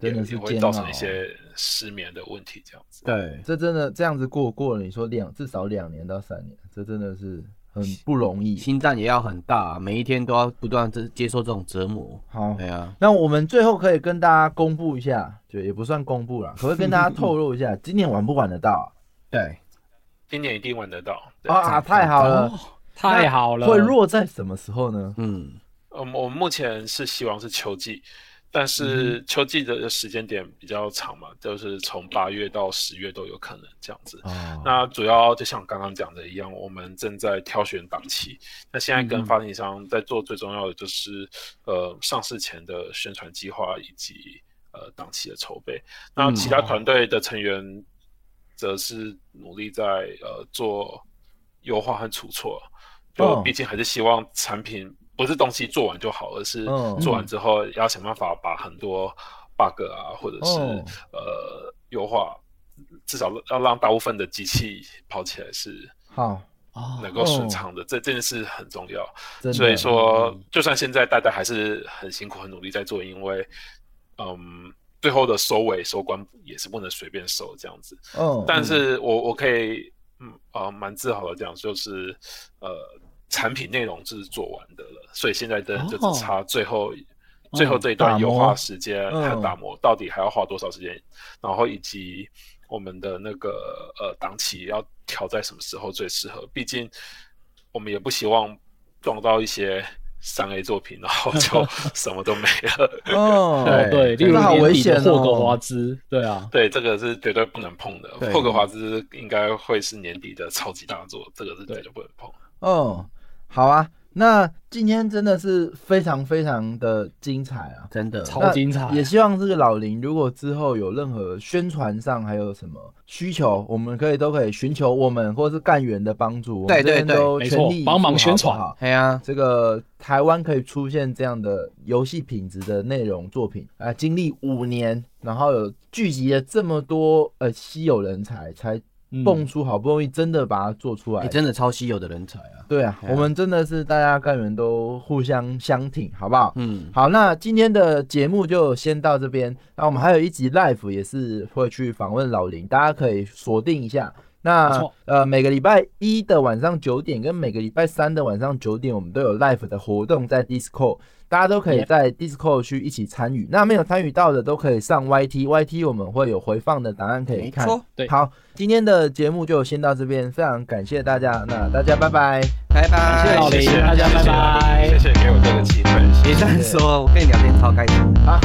也真的是也会煎造成熬啊一些失眠的问题，这样子。对，这真的这样子过过了，你说两至少两年到三年，这真的是很不容易。心脏也要很大，每一天都要不断接接受这种折磨。好，对啊，那我们最后可以跟大家公布一下，就也不算公布了，可不可以跟大家透露一下，今年玩不玩得到对，今年一定玩得到。对啊？啊，太好了！哦太好了，会落在什么时候呢？嗯，嗯，我们目前是希望是秋季，但嗯是秋季的时间点比较长嘛，就是从八月到十月都有可能这样子。哦，那主要就像刚刚讲的一样，我们正在挑选档期。那现在嗯跟发行商在做最重要的就是，呃，上市前的宣传计划以及呃档期的筹备。那其嗯他团队的成员则是努力在呃做优化和出错，就哦毕竟还是希望产品不是东西做完就好，而是嗯做完之后要想办法把很多 bug 啊，或者是、哦呃优化，至少要让大部分的机器跑起来是好，哦能够顺畅的，这这件事很重要。真的嗯所以说，就算现在大家还是很辛苦、很努力在做，因为嗯，最后的收尾收官也是不能随便收这样子。嗯，但是我我可以嗯啊蛮自豪的讲，就是呃产品内容是做完的了，所以现在真的就哦只差最后、最后这一嗯打段优磨化时间嗯和打磨，到底还要花多少时间，然后以及我们的那个呃档期要调在什么时候最适合，毕竟我们也不希望撞到一些。三 A 作品，然后 就什么都没了。哦，哦对，例真如的好年危底险的哦霍格华兹，对啊，对，这个是绝对不能碰的。对霍格华兹应该会是年底的超级大作，这个是绝对不能碰。哦，好啊，那今天真的是非常非常的精彩啊，真的，超那精彩也希望这个老林，如果之后有任何宣传上还有什么需求，我们可以都可以寻求我们或是干员的帮助，我们对这边对对都没全错力以帮赴忙好宣不传好哎呀，这个台湾可以出现这样的游戏品质的内容作品啊、经历五年，然后有聚集了这么多呃稀有人才，才嗯蹦出好不容易真的把它做出来。哎，真的超稀有的人才啊。对啊，对啊我们真的是大家干员都互相相挺，好不好？嗯，好，那今天的节目就先到这边。那我们还有一集 live 也是会去访问老林，大家可以锁定一下。没那错呃，每个礼拜一的晚上九点跟每个礼拜三的晚上九点，我们都有 live 的活动在 Discord，大家都可以 Yep 在 Discord 去一起参与。那没有参与到的都可以上 YT，YT 我们会有回放的档案可以没看。错，对好，今天的节目就先到这边，非常感谢大家，那大家拜拜。拜拜。谢老林谢谢大家谢谢拜拜谢谢给我这个机会，别谢谢这样说，我跟你聊天超开心的。好，